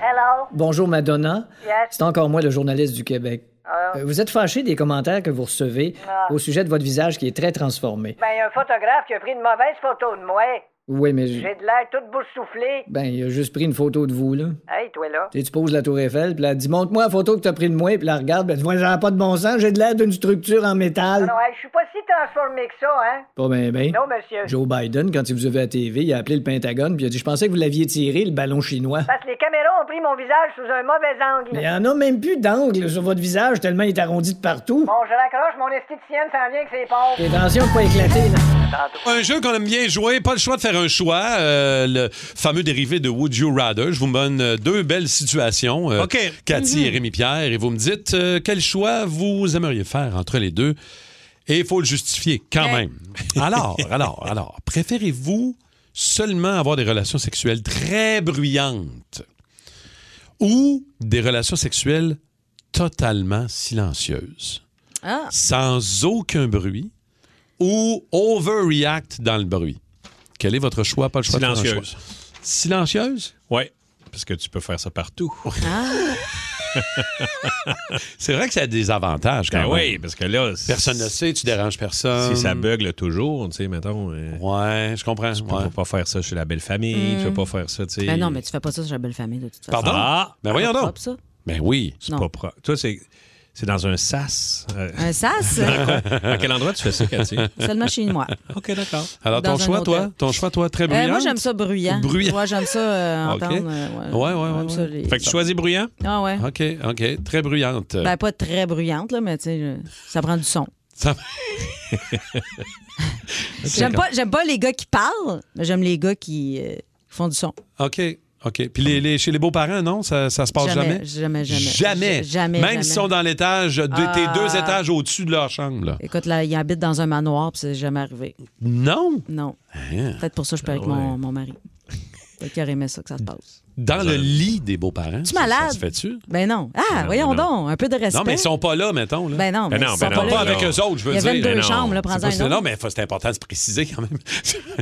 Speaker 16: Hello.
Speaker 6: Bonjour Madonna.
Speaker 16: Yes.
Speaker 6: C'est encore moi le journaliste du Québec. Euh, Vous êtes fâché des commentaires que vous recevez
Speaker 16: Ah.
Speaker 6: au sujet de votre visage qui est très transformé.
Speaker 16: Ben, il y a un photographe qui a pris une mauvaise photo de moi.
Speaker 6: Oui, mais j-
Speaker 16: Ben, J'ai de l'air toute boursouflée.
Speaker 6: ben il a juste pris une photo de vous là.
Speaker 16: Hey, toi là.
Speaker 6: Tu sais, tu poses la tour Eiffel, puis là, elle dit montre-moi la photo que t'as pris de moi, puis la regarde, ben tu vois, ça a pas de bon sens, j'ai de l'air d'une structure en
Speaker 16: Ah
Speaker 6: métal.
Speaker 16: non, hey, je suis pas si transformée que ça, hein.
Speaker 6: Pas ben ben.
Speaker 16: Non, euh, monsieur.
Speaker 6: Joe Biden, quand il vous a vu à la TV, il a appelé le Pentagone, puis il a dit je pensais que vous l'aviez tiré le ballon chinois.
Speaker 16: Parce que les caméras ont pris mon visage sous un mauvais angle.
Speaker 6: Mais il y en a même plus d'angle sur votre visage tellement il est arrondi de partout.
Speaker 16: Bon, je raccroche, mon esthéticienne s'en vient avec ses pompes.
Speaker 6: Et attention de pas éclater là.
Speaker 3: Un jeu qu'on aime bien jouer, pas le choix de faire un choix. euh, le fameux dérivé de Would You Rather. Je vous donne euh, deux belles situations. euh,
Speaker 5: OK.
Speaker 3: Cathy et Rémi Pierre, et vous me dites euh, quel choix vous aimeriez faire entre les deux. Et il faut le justifier quand même. Alors, alors, alors, préférez-vous seulement avoir des relations sexuelles très bruyantes ou des relations sexuelles totalement silencieuses?
Speaker 4: Ah.
Speaker 3: sans aucun bruit ou overreact dans le bruit? Quel est votre choix, pas le choix de faire un
Speaker 5: Silencieuse.
Speaker 3: choix? Silencieuse?
Speaker 5: Oui, parce que tu peux faire ça partout.
Speaker 4: Ah.
Speaker 3: C'est vrai que ça a des avantages quand
Speaker 5: Ben
Speaker 3: même.
Speaker 5: oui, parce que là.
Speaker 3: Personne ne sait, tu déranges personne.
Speaker 5: Si ça bugle toujours, tu sais, mettons.
Speaker 3: Mm.
Speaker 5: euh,
Speaker 3: ouais, je comprends. Tu
Speaker 5: peux pas faire ça chez la belle famille,
Speaker 4: Mm.
Speaker 5: tu peux pas faire ça, tu sais.
Speaker 4: Mais non, mais tu fais pas ça sur la belle famille de toute façon.
Speaker 5: Pardon? Ah, ben
Speaker 4: C'est
Speaker 5: voyons
Speaker 4: pas
Speaker 5: donc.
Speaker 4: propre, ça.
Speaker 3: Ben oui.
Speaker 5: C'est pas propre. Toi, c'est c'est dans un sas. euh.
Speaker 4: Un sas?
Speaker 5: Dans quoi- à quel endroit tu fais ça, Cathy?
Speaker 4: Seulement chez moi.
Speaker 5: OK, d'accord.
Speaker 3: Alors, ton
Speaker 4: Dans un
Speaker 3: choix,
Speaker 4: hôtel.
Speaker 3: toi? Ton choix, toi, très
Speaker 4: Euh,
Speaker 3: bruyant?
Speaker 4: moi, j'aime ça bruyant.
Speaker 3: Bruyant.
Speaker 4: Ouais, j'aime ça euh,
Speaker 3: OK.
Speaker 4: entendre. euh,
Speaker 3: Ouais,
Speaker 4: ouais.
Speaker 3: ouais, ouais.
Speaker 4: J'aime ça, les-
Speaker 3: Fait que tu choisis bruyant?
Speaker 4: Ah ouais.
Speaker 3: OK, OK. Très bruyante.
Speaker 4: Ben, pas très bruyante, là, mais tu sais, je- ça prend du son.
Speaker 3: Ça-
Speaker 4: J'aime pas, j'aime pas les gars qui parlent, mais j'aime les gars qui euh, font du son.
Speaker 3: OK, OK. Puis les, les- chez les beaux-parents, non? Ça, ça se passe jamais?
Speaker 4: Jamais, jamais, jamais.
Speaker 3: Jamais.
Speaker 4: J- jamais,
Speaker 3: Même
Speaker 4: jamais.
Speaker 3: s'ils sont dans l'étage, de- tes
Speaker 4: Ah.
Speaker 3: deux étages au-dessus de leur chambre, là.
Speaker 4: Écoute, là, ils habitent dans un manoir, puis c'est jamais arrivé.
Speaker 3: Non?
Speaker 4: Non.
Speaker 3: Hein?
Speaker 4: Peut-être pour ça que je peux avec
Speaker 3: Ah ouais.
Speaker 4: mon, mon mari. Peut-être qu'il aurait aimé ça que ça se passe.
Speaker 3: Dans le lit des beaux-parents.
Speaker 4: Tu
Speaker 3: ça-
Speaker 4: malade?
Speaker 3: Ça se fait-tu?
Speaker 4: Ben non. Ah, voyons donc, un peu de respect.
Speaker 3: Non, mais ils sont pas là, mettons. Là.
Speaker 4: Ben non, mais
Speaker 3: ben
Speaker 4: ils
Speaker 3: non,
Speaker 4: sont pas
Speaker 3: non,
Speaker 4: là.
Speaker 3: pas avec eux autres, je veux
Speaker 4: Il y a
Speaker 3: dire.
Speaker 4: 22
Speaker 3: Ben non.
Speaker 4: chambres, là,
Speaker 3: C'est
Speaker 4: prends-en
Speaker 3: pas
Speaker 4: un
Speaker 3: si-
Speaker 4: autre.
Speaker 3: Non, mais faut- c'est important de se préciser quand même.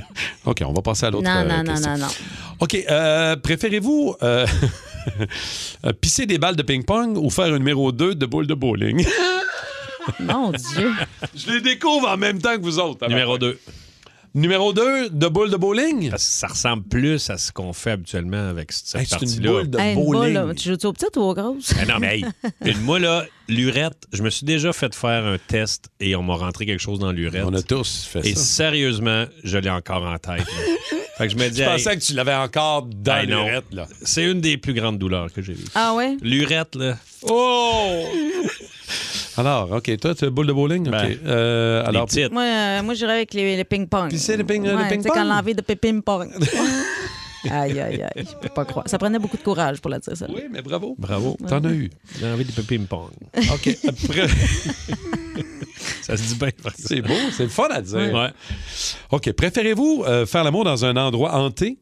Speaker 3: OK, on va passer à l'autre
Speaker 4: Non,
Speaker 3: euh,
Speaker 4: non, non,
Speaker 3: question.
Speaker 4: non, non.
Speaker 3: OK, euh, préférez-vous euh, euh, pisser des balles de ping-pong ou faire un numéro 2 de boule de bowling?
Speaker 4: Mon Dieu.
Speaker 3: Je les découvre en même temps que vous autres. Numéro 2. Numéro 2 de boule de bowling?
Speaker 5: ça ressemble plus à ce qu'on fait habituellement avec cette
Speaker 3: c'est une
Speaker 5: partie-là.
Speaker 3: boule de
Speaker 4: Hey, une boule, là, tu joues-tu aux petites ou aux grosses?
Speaker 5: Ben non, mais hey, une- moi, là, l'urette, je me suis déjà fait faire un test et on m'a rentré quelque chose dans l'urette. On a
Speaker 3: tous fait
Speaker 5: et
Speaker 3: ça.
Speaker 5: sérieusement, je l'ai encore en tête. là. fait que je me dis.
Speaker 3: Je pensais que tu l'avais encore dans
Speaker 5: Hey, non.
Speaker 3: l'urette, là.
Speaker 5: C'est une des plus grandes douleurs que j'ai vues.
Speaker 4: Ah ouais?
Speaker 5: L'urette, là.
Speaker 3: Oh! alors, OK, toi, tu as boule de bowling?
Speaker 5: Ben,
Speaker 3: OK. Euh, alors,
Speaker 4: Moi, euh, moi j'irais avec les, les ping-pong.
Speaker 3: Puis c'est les ping- les
Speaker 4: Ouais, tu sais,
Speaker 3: ping-pong?
Speaker 4: quand l'envie de ping-pong. Aïe, aïe, aïe. Je peux pas croire. Ça prenait beaucoup de courage pour la dire, ça.
Speaker 3: Oui, mais bravo.
Speaker 5: Bravo.
Speaker 4: T'en as
Speaker 3: eu.
Speaker 5: J'ai envie de ping-pong.
Speaker 3: OK. Après...
Speaker 5: Ça se dit bien.
Speaker 3: C'est beau, c'est le fun à dire.
Speaker 5: Ouais.
Speaker 3: OK. Préférez-vous euh, faire l'amour dans un endroit hanté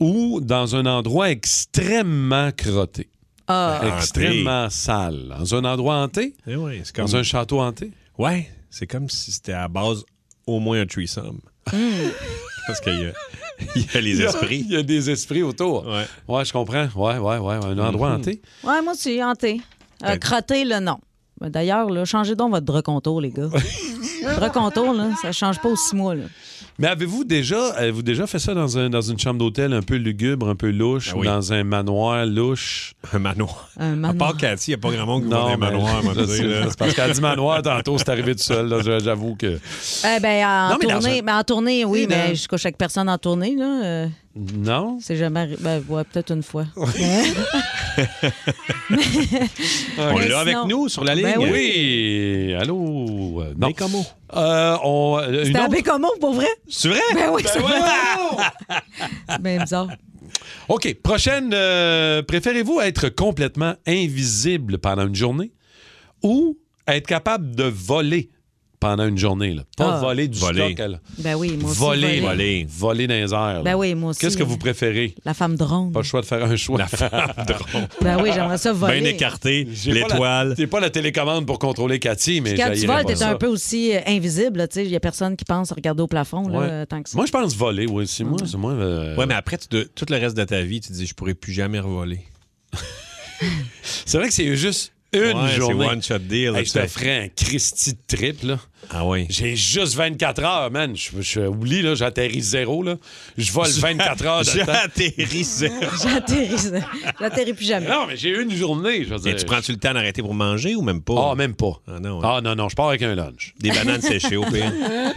Speaker 3: ou dans un endroit extrêmement crotté?
Speaker 4: Ah.
Speaker 3: Extrêmement sale. Dans un endroit hanté?
Speaker 5: Eh oui, c'est comme-
Speaker 3: Dans un château hanté?
Speaker 5: Ouais, c'est comme si c'était à base au moins un threesome.
Speaker 3: Hmm.
Speaker 5: Parce qu'il y, a- il y a les esprits.
Speaker 3: Il y a des esprits autour. Ouais, je comprends. Ouais, ouais, ouais. Un endroit
Speaker 5: Mhm.
Speaker 3: hanté.
Speaker 4: Ouais, moi aussi, hanté. Euh,
Speaker 3: Ben-
Speaker 4: crotté, là, non. Ben, D'ailleurs, là, changez donc votre recontour, les gars. recontour, là, ça change pas aussi mois, là.
Speaker 3: Mais avez-vous déjà, avez déjà fait ça dans, un- dans une chambre d'hôtel un peu lugubre, un peu louche,
Speaker 5: Ah oui.
Speaker 3: dans un manoir louche?
Speaker 5: Un manoir.
Speaker 4: Un manoir.
Speaker 5: À part Cathy, il n'y a pas grand monde qui va dans
Speaker 3: Non,
Speaker 5: un manoir,
Speaker 3: mais-
Speaker 5: moi, tu sais, là.
Speaker 3: C'est parce qu'elle dit manoir tantôt, c'est arrivé tout seul. là, J'avoue que.
Speaker 4: Eh ben, en
Speaker 3: Non, mais dans
Speaker 4: tournée,
Speaker 3: un-
Speaker 4: mais en tournée, oui,
Speaker 3: Et
Speaker 4: ben, mais
Speaker 3: dans-
Speaker 4: jusqu'à chaque personne en tournée, là, euh,
Speaker 3: Non?
Speaker 4: c'est jamais arri- Ben, ouais, peut-être une fois.
Speaker 5: On
Speaker 3: Mais
Speaker 5: l'a avec
Speaker 4: sinon-
Speaker 5: nous sur la ligne.
Speaker 4: Ben oui.
Speaker 3: oui. Allô? Non.
Speaker 5: Bécomo.
Speaker 3: Euh, on, euh, une
Speaker 4: C'était à
Speaker 3: autre-
Speaker 4: Bécomo, pour vrai?
Speaker 3: C'est vrai?
Speaker 4: Ben oui,
Speaker 3: Ben
Speaker 4: c'est vrai. Ben, bizarre.
Speaker 3: OK. Prochaine. euh, Préférez-vous être complètement invisible pendant une journée ou être capable de voler pendant une journée? Là? Pas
Speaker 4: Ah.
Speaker 3: voler du
Speaker 5: Voler.
Speaker 3: stock. là.
Speaker 4: Ben oui, moi aussi.
Speaker 3: Voler.
Speaker 4: voler.
Speaker 3: Voler. Voler dans les airs. là.
Speaker 4: Ben oui, moi aussi.
Speaker 3: Qu'est-ce que vous préférez?
Speaker 4: La femme drone.
Speaker 3: Pas le choix de faire un choix. La femme drôle.
Speaker 4: Ben oui, j'aimerais ça voler.
Speaker 3: Bien écarté,
Speaker 5: l'étoile.
Speaker 3: C'est pas la télécommande pour contrôler Cathy, mais
Speaker 4: Puis Quand tu
Speaker 3: j'haïrais
Speaker 4: voles,
Speaker 3: pas
Speaker 4: t'es
Speaker 3: ça.
Speaker 4: un peu aussi euh, invisible. là, tu sais. Il n'y a personne qui pense à regarder au plafond là,
Speaker 5: Ouais.
Speaker 4: euh, tant que ça.
Speaker 3: Moi, je pense voler, oui. C'est moi, c'est moi. euh,
Speaker 5: Ouais, mais après, tu dois- tout le reste de ta vie, tu te dis, je pourrais plus jamais revoler.
Speaker 3: C'est vrai que c'est juste une
Speaker 5: Ouais, c'est
Speaker 3: journée.
Speaker 5: one shot deal,
Speaker 3: Hey, je
Speaker 5: tu
Speaker 3: te
Speaker 5: sais.
Speaker 3: ferais un Christy de trip, là.
Speaker 5: Ah oui.
Speaker 3: J'ai juste 24 heures, man. Je, je- oublie, là, j'atterris zéro, là. Je vole 24 heures de temps.
Speaker 5: J'atterris zéro.
Speaker 4: J'atterris. J'atterris plus jamais.
Speaker 3: Non, mais j'ai une journée, je veux
Speaker 5: Et
Speaker 3: dire.
Speaker 5: tu prends-tu le temps d'arrêter pour manger ou même pas?
Speaker 3: Ah, même pas.
Speaker 5: Ah non. hein.
Speaker 3: Ah non, non, je pars avec un lunch.
Speaker 5: Des bananes séchées au pire.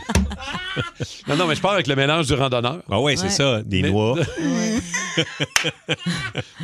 Speaker 3: Non, non, mais je pars avec le mélange du randonneur.
Speaker 5: Ah ouais, c'est
Speaker 3: Ouais.
Speaker 5: ça. Des
Speaker 3: Mais-
Speaker 5: noix.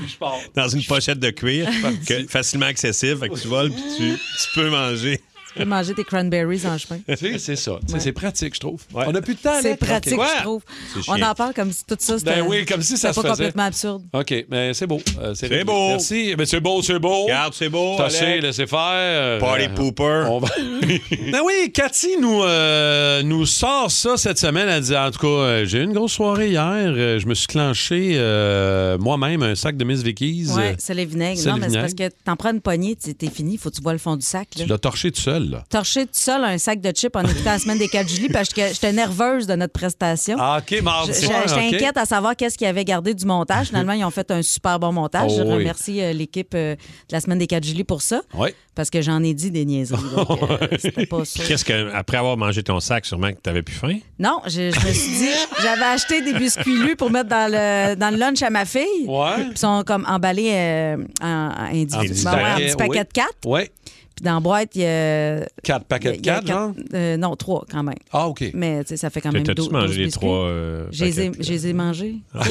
Speaker 3: Je pars.
Speaker 5: Dans une pochette de cuir que- facilement accessible. Fait que tu voles puis tu, tu peux manger.
Speaker 4: Tu peux manger tes cranberries en chemin.
Speaker 3: Tu sais, c'est ça. Tu sais,
Speaker 4: Ouais.
Speaker 3: C'est pratique, je trouve. On n'a plus de temps.
Speaker 4: C'est
Speaker 3: Alex.
Speaker 4: pratique,
Speaker 3: Ok.
Speaker 4: je trouve.
Speaker 3: C'est
Speaker 4: On
Speaker 3: chiant.
Speaker 4: en parle comme si tout ça, c'était
Speaker 3: Ben oui, comme si ça
Speaker 4: c'était
Speaker 3: se
Speaker 4: pas
Speaker 3: faisait.
Speaker 4: complètement absurde.
Speaker 3: OK, mais c'est beau. Euh, réglé.
Speaker 5: beau.
Speaker 3: Merci. Mais c'est beau, c'est beau.
Speaker 5: Regarde, c'est beau,
Speaker 3: Tâchez,
Speaker 5: Alex.
Speaker 3: laissez faire.
Speaker 5: Party
Speaker 3: pooper. ben oui, Cathy nous, euh, nous sort ça cette semaine. Elle dit, en tout cas, euh, j'ai eu une grosse soirée hier. Euh, je me suis clenché euh, moi-même un sac de Miss Vickies.
Speaker 4: Ouais,
Speaker 3: Euh,
Speaker 4: c'est les vinaigres.
Speaker 3: c'est
Speaker 4: Non,
Speaker 3: le
Speaker 4: mais c'est parce
Speaker 3: vinaigre.
Speaker 4: que t'en prends une poignée, tu- t'es fini, faut que tu vois le fond du sac. Là.
Speaker 3: Tu l'as torché tout seul, là.
Speaker 4: Torcher tout seul un sac de chips en écoutant la semaine des 4 juillet parce que j'étais nerveuse de notre prestation.
Speaker 3: Ah, OK, mardi
Speaker 4: Je- je-
Speaker 3: soir,
Speaker 4: J'étais
Speaker 3: OK.
Speaker 4: inquiète à savoir qu'est-ce qu'ils avaient gardé du montage. Finalement, ils ont fait un super bon montage.
Speaker 3: Oh
Speaker 4: je
Speaker 3: oui.
Speaker 4: remercie euh, l'équipe euh, de la semaine des 4 juillet pour ça.
Speaker 3: Ouais.
Speaker 4: Parce que j'en ai dit des niaiseries. donc, euh, c'était pas sûr.
Speaker 5: Qu'est-ce que, après avoir mangé ton sac, sûrement que t'avais plus faim?
Speaker 4: Non, je, je me suis dit, j'avais acheté des biscuits lus pour mettre dans le, dans le lunch à ma fille.
Speaker 3: Ouais.
Speaker 4: Puis ils sont comme emballés euh, en, en individuellement,
Speaker 3: En petit
Speaker 4: ouais,
Speaker 3: paquet,
Speaker 4: en petit paquet
Speaker 3: oui.
Speaker 4: de quatre.
Speaker 3: Ouais.
Speaker 4: Puis dans la boîte, il y a.
Speaker 3: Quatre paquets de
Speaker 4: il y a
Speaker 3: quatre, genre?
Speaker 4: euh, non, trois quand même.
Speaker 3: Ah, OK.
Speaker 4: Mais tu sais, ça fait quand même
Speaker 5: T'as-tu
Speaker 4: 12
Speaker 5: mangé
Speaker 4: 12
Speaker 5: les
Speaker 4: biscuits.
Speaker 5: trois, euh,
Speaker 4: Je les ai-
Speaker 5: paquets?
Speaker 4: je les ai mangés.
Speaker 3: Ah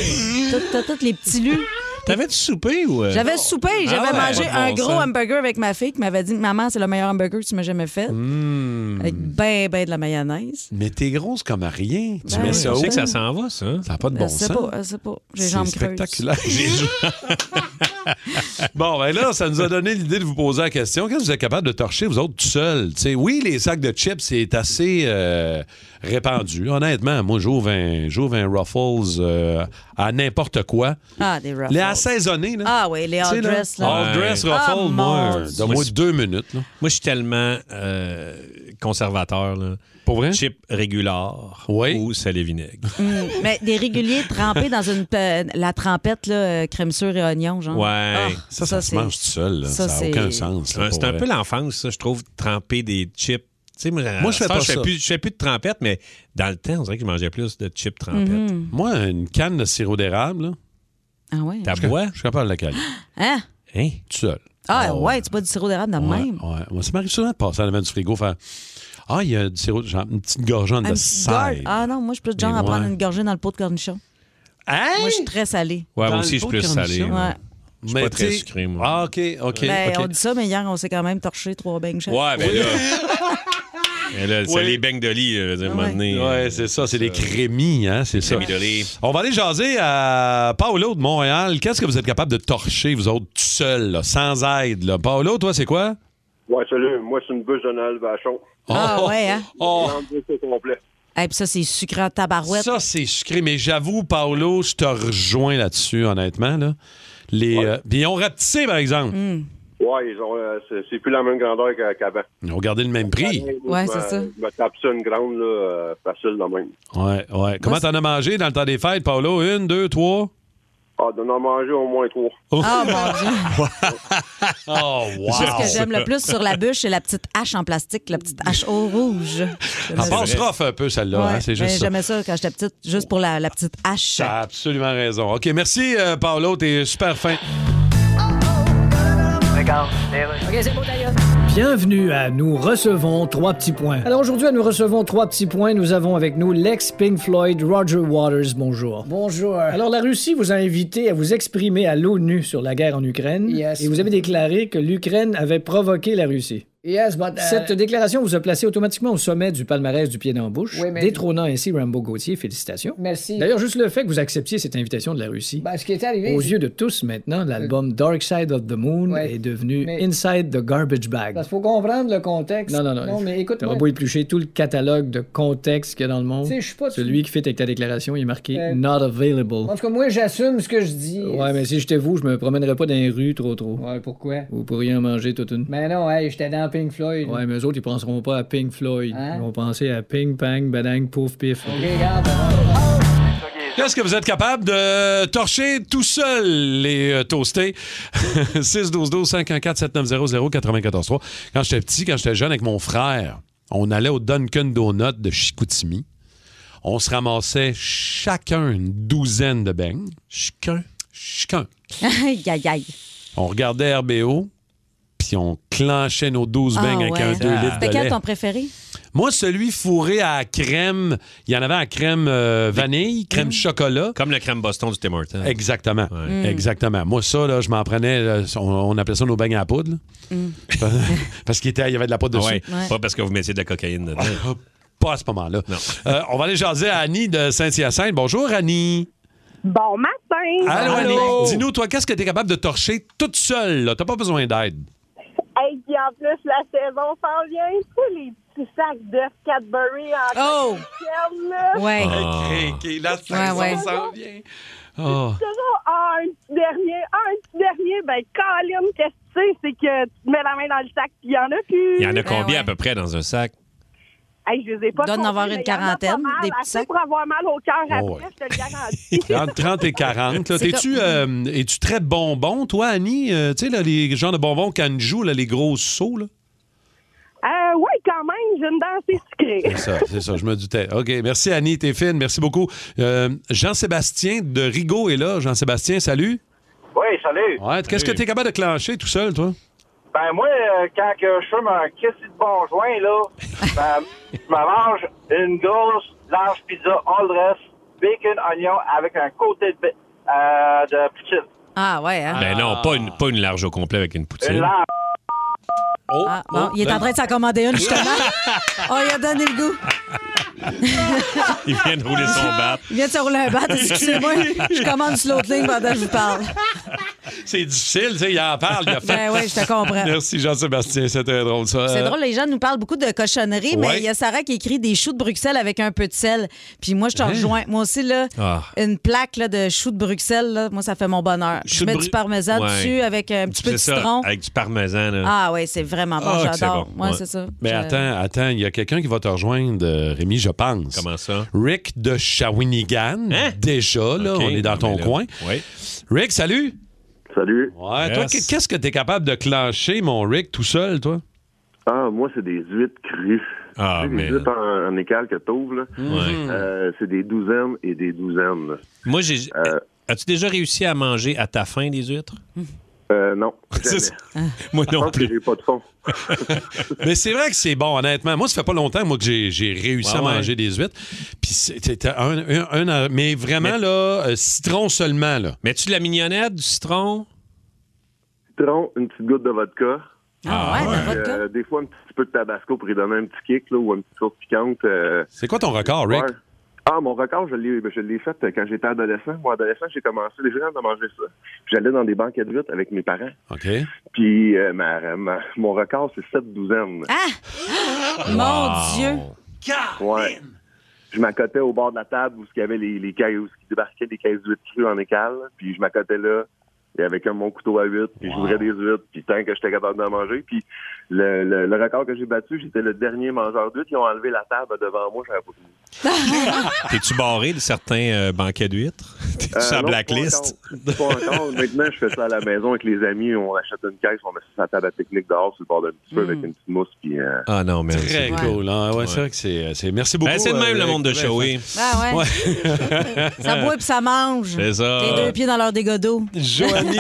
Speaker 4: Toutes les petits lus.
Speaker 5: T'avais-tu soupé ou. euh?
Speaker 4: J'avais soupé, j'avais
Speaker 5: Ah ouais,
Speaker 4: mangé
Speaker 5: pas de
Speaker 4: un
Speaker 5: bon
Speaker 4: gros
Speaker 5: sens.
Speaker 4: hamburger avec ma fille qui m'avait dit Maman, c'est le meilleur hamburger que tu m'as jamais fait.
Speaker 3: Mm.
Speaker 4: Avec ben, ben de la mayonnaise.
Speaker 3: Hmm. Mais t'es grosse comme rien. Tu
Speaker 4: Ben
Speaker 3: mets
Speaker 4: oui,
Speaker 3: ça
Speaker 4: je
Speaker 3: où?
Speaker 4: sais que ça
Speaker 5: s'en va, ça.
Speaker 3: Ça n'a pas de bon
Speaker 4: Je sais
Speaker 3: sens.
Speaker 4: Euh, pas, je sais pas. J'ai les
Speaker 3: C'est
Speaker 4: jambes creuses.
Speaker 3: spectaculaire. bon, ben là, ça nous a donné l'idée de vous poser la question. Qu'est-ce que vous êtes capable de torcher, vous autres, tout seul? Tu sais, oui, les sacs de chips, c'est assez euh, répandu. Honnêtement, moi, j'ouvre un, j'ouvre un Ruffles euh, à n'importe quoi.
Speaker 4: Ah, des ruffles.
Speaker 3: Les assaisonnés, là.
Speaker 4: Ah oui, les
Speaker 3: Tu sais,
Speaker 4: all
Speaker 3: là,
Speaker 4: dress. Là.
Speaker 3: all dress
Speaker 4: Ah,
Speaker 3: Ruffles, moi,
Speaker 4: mon
Speaker 3: euh,
Speaker 4: Dieu.
Speaker 3: donne-moi deux minutes.
Speaker 5: Moi, je suis tellement euh, conservateur. Là.
Speaker 3: Pour vrai?
Speaker 5: Chip régular ou salé vinaigre.
Speaker 4: Mm, mais des réguliers trempés dans une pe- la trempette là, euh, crème sure et oignon genre. Ah,
Speaker 5: Ouais.
Speaker 3: ça, ça, se
Speaker 4: c'est-
Speaker 3: mange tout seul. là. Ça
Speaker 4: ça,
Speaker 3: n'a
Speaker 4: c'est-
Speaker 3: aucun sens. là,
Speaker 5: Ouais, C'est
Speaker 3: pour
Speaker 5: un
Speaker 3: vrai.
Speaker 5: peu l'enfance, ça, je trouve, tremper des chips. Tu sais, moi, à
Speaker 3: Moi, je fais
Speaker 5: cette heure,
Speaker 3: pas ça.
Speaker 5: Fais plus, je fais plus de trempettes, mais dans le temps, on dirait que je mangeais plus de chips trempettes.
Speaker 4: Mhm.
Speaker 3: Moi, une canne de sirop d'érable, là,
Speaker 4: Ah ouais.
Speaker 5: T'as
Speaker 3: je,
Speaker 5: bois?
Speaker 3: je suis capable de la caler.
Speaker 4: Hein?
Speaker 5: Hein?
Speaker 3: Tout seul.
Speaker 4: Ah ouais, tu bois du sirop d'érable dans le
Speaker 3: Ouais,
Speaker 4: même.
Speaker 3: ouais. Moi, ça m'arrive souvent de passer à la main du frigo, faire Ah, il y a du sirop, genre une petite gorgeonne
Speaker 4: Un
Speaker 3: de
Speaker 4: petit gorge.
Speaker 3: sel.
Speaker 4: Ah non, moi je suis plus de genre
Speaker 3: Mais
Speaker 4: à prendre
Speaker 3: ouais. Hein?
Speaker 4: une gorgée dans le pot de cornichon. Moi je suis très salée.
Speaker 5: Ouais,
Speaker 3: Dans
Speaker 5: moi aussi,
Speaker 3: le
Speaker 5: je suis
Speaker 3: pot de
Speaker 5: plus salé.
Speaker 3: cornichon.
Speaker 5: là.
Speaker 4: Ouais.
Speaker 5: Je suis
Speaker 3: Mais
Speaker 5: pas très
Speaker 3: t'sais-
Speaker 5: sucré, moi.
Speaker 3: Ah, OK, OK.
Speaker 4: Ben,
Speaker 3: ok.
Speaker 4: on dit ça, mais hier on s'est quand même torché trois bangs
Speaker 5: Ouais, ben là. Mais là, C'est
Speaker 3: Oui.
Speaker 5: les beignes de lit, je veux dire, à un moment donné. euh,
Speaker 3: Ouais, c'est ça, c'est des crémis, hein, c'est ça.
Speaker 5: Crémis de lait.
Speaker 3: On va aller jaser à Paolo de Montréal. Qu'est-ce que vous êtes capable de torcher, vous autres, tout seul, là, sans aide? Là? Paolo, toi, c'est quoi?
Speaker 1: Ouais, salut. Moi, c'est une bûche de Noël Vachon.
Speaker 4: Ah, Oh! ouais, hein?
Speaker 3: Oh!
Speaker 1: Une grande bûche au complet.
Speaker 4: Et Eh, puis ça, c'est sucré en tabarouette.
Speaker 3: Ça, c'est sucré, mais j'avoue, Paolo, je te rejoins là-dessus, honnêtement. Là. Les, euh, puis ils ont rapetissé, par exemple.
Speaker 4: Mm. Hmm.
Speaker 1: Ouais, ils ont, euh, c'est, c'est plus la même grandeur qu'a- qu'avant.
Speaker 3: Ils ont gardé le même prix.
Speaker 1: Je me- Je me tape ça une grande, là, euh, facile de même.
Speaker 3: Ouais, ouais. Comment t'en as mangé dans le temps des fêtes, Paolo? Une, deux, trois?
Speaker 1: Ah, d'en en manger au moins trois.
Speaker 4: Ah, mon Dieu.
Speaker 3: Oh, wow!
Speaker 4: C'est ce que j'aime le plus sur la bûche, c'est la petite hache en plastique, la petite hache au rouge.
Speaker 3: Elle passe rough un peu, celle-là.
Speaker 4: Ouais,
Speaker 3: hein, c'est
Speaker 4: mais
Speaker 3: juste ça.
Speaker 4: J'aimais ça quand j'étais petite, juste pour la, la petite hache.
Speaker 3: T'as absolument raison. OK, merci, euh, Paolo. T'es super fin.
Speaker 6: Bienvenue à Nous recevons trois petits points. Alors aujourd'hui, à Nous recevons trois petits points, nous avons avec nous l'ex Pink Floyd Roger Waters. Bonjour. Bonjour. Alors la Russie vous a invité à vous exprimer à l'ONU sur la guerre en Ukraine
Speaker 7: Yes.
Speaker 6: et vous avez déclaré que l'Ukraine avait provoqué la Russie.
Speaker 7: Yes, but... uh,
Speaker 6: Cette déclaration vous a placé automatiquement au sommet du palmarès du pied dans la bouche,
Speaker 7: Oui, mais-
Speaker 6: détrônant ainsi Rambo Gauthier. Félicitations.
Speaker 7: Merci.
Speaker 6: D'ailleurs, juste le fait que vous acceptiez cette invitation de la Russie.
Speaker 7: Ben, ce qui est arrivé...
Speaker 6: Aux
Speaker 7: c'est-
Speaker 6: yeux de tous maintenant,
Speaker 7: Euh,
Speaker 6: l'album Dark Side of the Moon est devenu Inside the Garbage Bag.
Speaker 7: Parce qu'il faut comprendre le contexte.
Speaker 6: Non, non, non.
Speaker 7: Non, mais écoute
Speaker 6: T'auras beau éplucher tout le catalogue de contexte qu'il y a dans le monde.
Speaker 7: Tu sais, je suis pas-
Speaker 6: Celui qui fait avec ta déclaration, il est marqué
Speaker 7: Euh,
Speaker 6: Not available.
Speaker 7: En tout cas, moi, j'assume ce que je dis.
Speaker 6: Ouais, mais si j'étais vous, je me promènerais pas dans les rues trop trop.
Speaker 7: Ouais, pourquoi?
Speaker 6: Vous pourriez en manger toute une.
Speaker 7: Mais non, hey, j'étais dans Pink Floyd.
Speaker 6: Ouais, mais eux autres, ils penseront pas à Pink Floyd.
Speaker 7: Hein?
Speaker 6: Ils vont penser à Ping Pang, Badang, Pouf Pif.
Speaker 7: OK, regarde.
Speaker 3: Qu'est-ce que vous êtes capable de torcher tout seul, les euh, toastés? 6 12 12 514 7900 94 3 Quand j'étais petit, quand j'étais jeune avec mon frère, on allait au Dunkin' Donut de Chicoutimi. On se ramassait chacun une douzaine de beignes. Chacun? Chacun.
Speaker 4: aïe, aïe, aïe.
Speaker 3: On regardait RBO, puis on clenchait nos 12
Speaker 4: Ah,
Speaker 3: beignes avec
Speaker 4: ouais.
Speaker 3: un 2 litres de
Speaker 4: C'était quel
Speaker 3: lait.
Speaker 4: ton préféré?
Speaker 3: Moi, celui fourré à crème, il y en avait à crème euh, vanille, crème
Speaker 22: Mm.
Speaker 3: chocolat.
Speaker 5: Comme le crème Boston du Tim Hortons.
Speaker 3: Exactement.
Speaker 5: Ouais. Mm.
Speaker 3: Exactement. Moi, ça, là, je m'en prenais. là, on, on appelait ça nos beignes à poudre. là. Parce qu'il était- il y avait de la poudre
Speaker 5: Ah
Speaker 3: dessus. Ah,
Speaker 5: ouais, Pas parce que vous mettiez de la cocaïne dedans.
Speaker 3: Pas à ce moment-là. Euh, on va aller jaser à Annie de Saint-Hyacinthe. Bonjour, Annie.
Speaker 23: Bon matin!
Speaker 3: Allô, Annie. Dis-nous, toi, qu'est-ce que tu es capable de torcher toute seule? là? T'as pas besoin d'aide.
Speaker 23: Et puis en plus, la saison s'en vient. Tous les petits sacs d'œufs Cadbury en
Speaker 4: Oh!
Speaker 23: conserve, là.
Speaker 4: Ouais.
Speaker 3: Ah. Criquet, la saison
Speaker 23: ouais.
Speaker 3: s'en vient. Oh.
Speaker 23: Toujours, ah, un petit dernier, ah, un petit dernier. Ben, Colin, qu'est-ce que tu sais? C'est que tu te mets la main dans le sac, puis il y en a plus.
Speaker 5: Il y en
Speaker 4: Eh
Speaker 22: Ben
Speaker 5: a combien à peu près dans un sac?
Speaker 23: Hey, je les ai pas
Speaker 4: Doit en
Speaker 23: comptés,
Speaker 4: avoir une
Speaker 23: mais il y en a pas
Speaker 4: quarantaine,
Speaker 23: mal,
Speaker 4: des petits
Speaker 23: assez
Speaker 4: sacs.
Speaker 23: pour avoir mal au cœur
Speaker 3: Oh,
Speaker 23: après,
Speaker 3: ouais.
Speaker 23: je te le garantis.
Speaker 3: Entre 30 et 40. là.
Speaker 23: C'est
Speaker 3: T'es-tu euh, es-tu très bonbon, toi, Annie? Euh, tu sais, là, les genres de bonbons canjou, là, les gros seaux, là?
Speaker 23: Euh, oui, quand même, j'ai une dent assez sucrée.
Speaker 3: C'est ça, c'est ça, je me doutais. OK, merci Annie, t'es fine, merci beaucoup. Euh, Jean-Sébastien de Rigaud est là. Jean-Sébastien, salut.
Speaker 24: Oui, salut.
Speaker 3: Ouais, qu'est-ce que t'es capable de clencher tout seul, toi?
Speaker 24: Ben, moi, euh, quand que je fume un Christy de bon joint, là, ben, je me mange une grosse large pizza all dress, bacon, oignon, avec un côté de, ba- euh, de poutine.
Speaker 4: Ah, ouais, hein?
Speaker 5: Ben non, pas une, pas une large au complet avec une
Speaker 24: Une
Speaker 5: poutine.
Speaker 24: large.
Speaker 4: Ah, bon, il
Speaker 3: ben
Speaker 4: est en train de s'en commander une, justement. oh, il a donné le goût.
Speaker 5: Il vient de rouler
Speaker 22: Euh.
Speaker 5: son bat.
Speaker 4: Il vient de se rouler un bat. Excusez-moi, je commande sur l'autre ligne pendant que je vous parle.
Speaker 3: C'est difficile, tu sais, il en parle, il a fait.
Speaker 4: Ben oui, je te comprends.
Speaker 3: Merci Jean-Sébastien, c'était drôle, ça.
Speaker 4: C'est
Speaker 3: Euh,
Speaker 4: drôle, les gens nous parlent beaucoup de cochonneries, mais
Speaker 3: Ouais.
Speaker 4: il y a Sarah qui écrit des choux de Bruxelles avec un peu de sel. Puis moi, je te
Speaker 3: Hein?
Speaker 4: rejoins. Moi aussi, là,
Speaker 3: Ah.
Speaker 4: une plaque là, de choux de Bruxelles, là, moi, ça fait mon bonheur. Je
Speaker 5: Chou de
Speaker 4: mets
Speaker 5: Bru-
Speaker 4: du parmesan
Speaker 5: Ouais.
Speaker 4: dessus avec un petit peu de
Speaker 5: C'est ça,
Speaker 4: citron.
Speaker 5: avec du parmesan. Là.
Speaker 4: Ah oui, c'est vraiment bon,
Speaker 5: Ah, que c'est
Speaker 4: j'adore.
Speaker 5: bon,
Speaker 4: Moi,
Speaker 5: ouais.
Speaker 4: c'est ça.
Speaker 3: Mais
Speaker 4: Je-
Speaker 3: attends, attends, il y a quelqu'un qui va te rejoindre, euh, Rémi, je pense. Comment
Speaker 5: ça?
Speaker 3: Rick de Shawinigan. Déjà, là,
Speaker 5: OK,
Speaker 3: on est dans ton
Speaker 5: mais là,
Speaker 3: coin.
Speaker 5: Oui.
Speaker 3: Rick, salut.
Speaker 22: Salut.
Speaker 3: Ouais, toi,
Speaker 22: Yes.
Speaker 3: qu'est-ce que t'es capable de clencher, mon Rick, tout seul, toi?
Speaker 22: Ah, moi, c'est des huîtres crues.
Speaker 5: Ah,
Speaker 22: Tu sais,
Speaker 5: mais-
Speaker 22: des huîtres en, en écale que t'ouvres, là.
Speaker 5: Ouais.
Speaker 4: Hmm.
Speaker 22: Euh, c'est des douzaines et des douzaines. là.
Speaker 5: Moi, j'ai. As-tu déjà réussi à manger à ta faim des huîtres?
Speaker 22: Euh, non.
Speaker 5: C'est ça. Moi
Speaker 22: non plus. J'ai pas de fond.
Speaker 3: Mais c'est vrai que c'est bon, honnêtement. Moi, ça fait pas longtemps moi, que j'ai, j'ai réussi
Speaker 5: Ouais,
Speaker 3: à
Speaker 5: ouais.
Speaker 3: manger des huîtres. Puis c'était un, un- un en- Mais vraiment, là, euh, citron seulement, là.
Speaker 5: Mets-tu de la mignonnette, du citron?
Speaker 22: Citron, une petite goutte de vodka.
Speaker 4: Ah, ouais, ben, vodka.
Speaker 22: Euh, des fois, un petit peu de tabasco pour y donner un petit kick là, ou une petite sauce piquante. euh,
Speaker 3: C'est quoi ton record, Rick?
Speaker 22: Ah, mon record, je l'ai, je l'ai fait euh, quand j'étais adolescent. Moi, adolescent, j'ai commencé déjà à manger ça. J'allais dans des banquets de lutte avec mes parents.
Speaker 3: OK.
Speaker 22: Puis euh, ma- ma- mon record, c'est 7 douzaines.
Speaker 4: Ah, Mon Dieu!
Speaker 22: Ouais. Je m'accotais au bord de la table où il y avait les, les cailles- où il débarquait des caisses d'huîtres crues en écale. Puis je m'accotais là, et avec un- mon couteau à huîtres, puis j'ouvrais des huîtres, puis tant que j'étais capable d'en manger. Puis le, le- le record que j'ai battu, j'étais le dernier mangeur d'huîtres. Ils ont enlevé la table devant moi, j'avais pas fini.
Speaker 5: T'es-tu barré de certains euh, banquets d'huîtres? T'es-tu
Speaker 22: Euh,
Speaker 5: sur la
Speaker 22: non,
Speaker 5: blacklist?
Speaker 22: Pas encore. Pas encore. Maintenant, je fais ça à la maison avec les amis. On achète une caisse, on met ça sur la table à pique-nique dehors, sur le bord d'un petit peu,
Speaker 3: Mm.
Speaker 22: avec une petite mousse, puis... euh,
Speaker 5: Ah non, mais
Speaker 3: Très
Speaker 5: c'est-
Speaker 3: cool. hein? Ouais, C'est vrai que c'est. euh, c'est- Merci beaucoup.
Speaker 5: Ben, c'est de même,
Speaker 3: euh,
Speaker 5: le monde de
Speaker 3: Rick.
Speaker 5: Shoei.
Speaker 4: Ah ouais.
Speaker 3: Ouais.
Speaker 4: Ça boit puis ça mange.
Speaker 5: C'est ça.
Speaker 4: Tes deux pieds dans leur dégât d'eau.
Speaker 3: Joanie.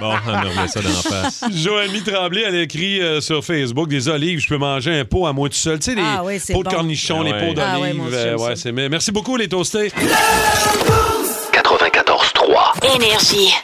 Speaker 5: Bon, on me remet ça dans la face.
Speaker 3: Joanie Tremblay, elle écrit euh, sur Facebook des olives, je peux manger un pot à moi tout seul. Tu sais, les
Speaker 4: Ah oui, c'est
Speaker 3: pots
Speaker 4: bon.
Speaker 3: de cornichons,
Speaker 4: Ah
Speaker 3: les
Speaker 4: ouais.
Speaker 3: pots d'olives.
Speaker 4: Ah ouais, moi aussi,
Speaker 3: euh,
Speaker 4: j'aime
Speaker 3: ouais,
Speaker 4: ça.
Speaker 3: c'est- mais Merci beaucoup, les toastés.
Speaker 21: 94-3. Énergie.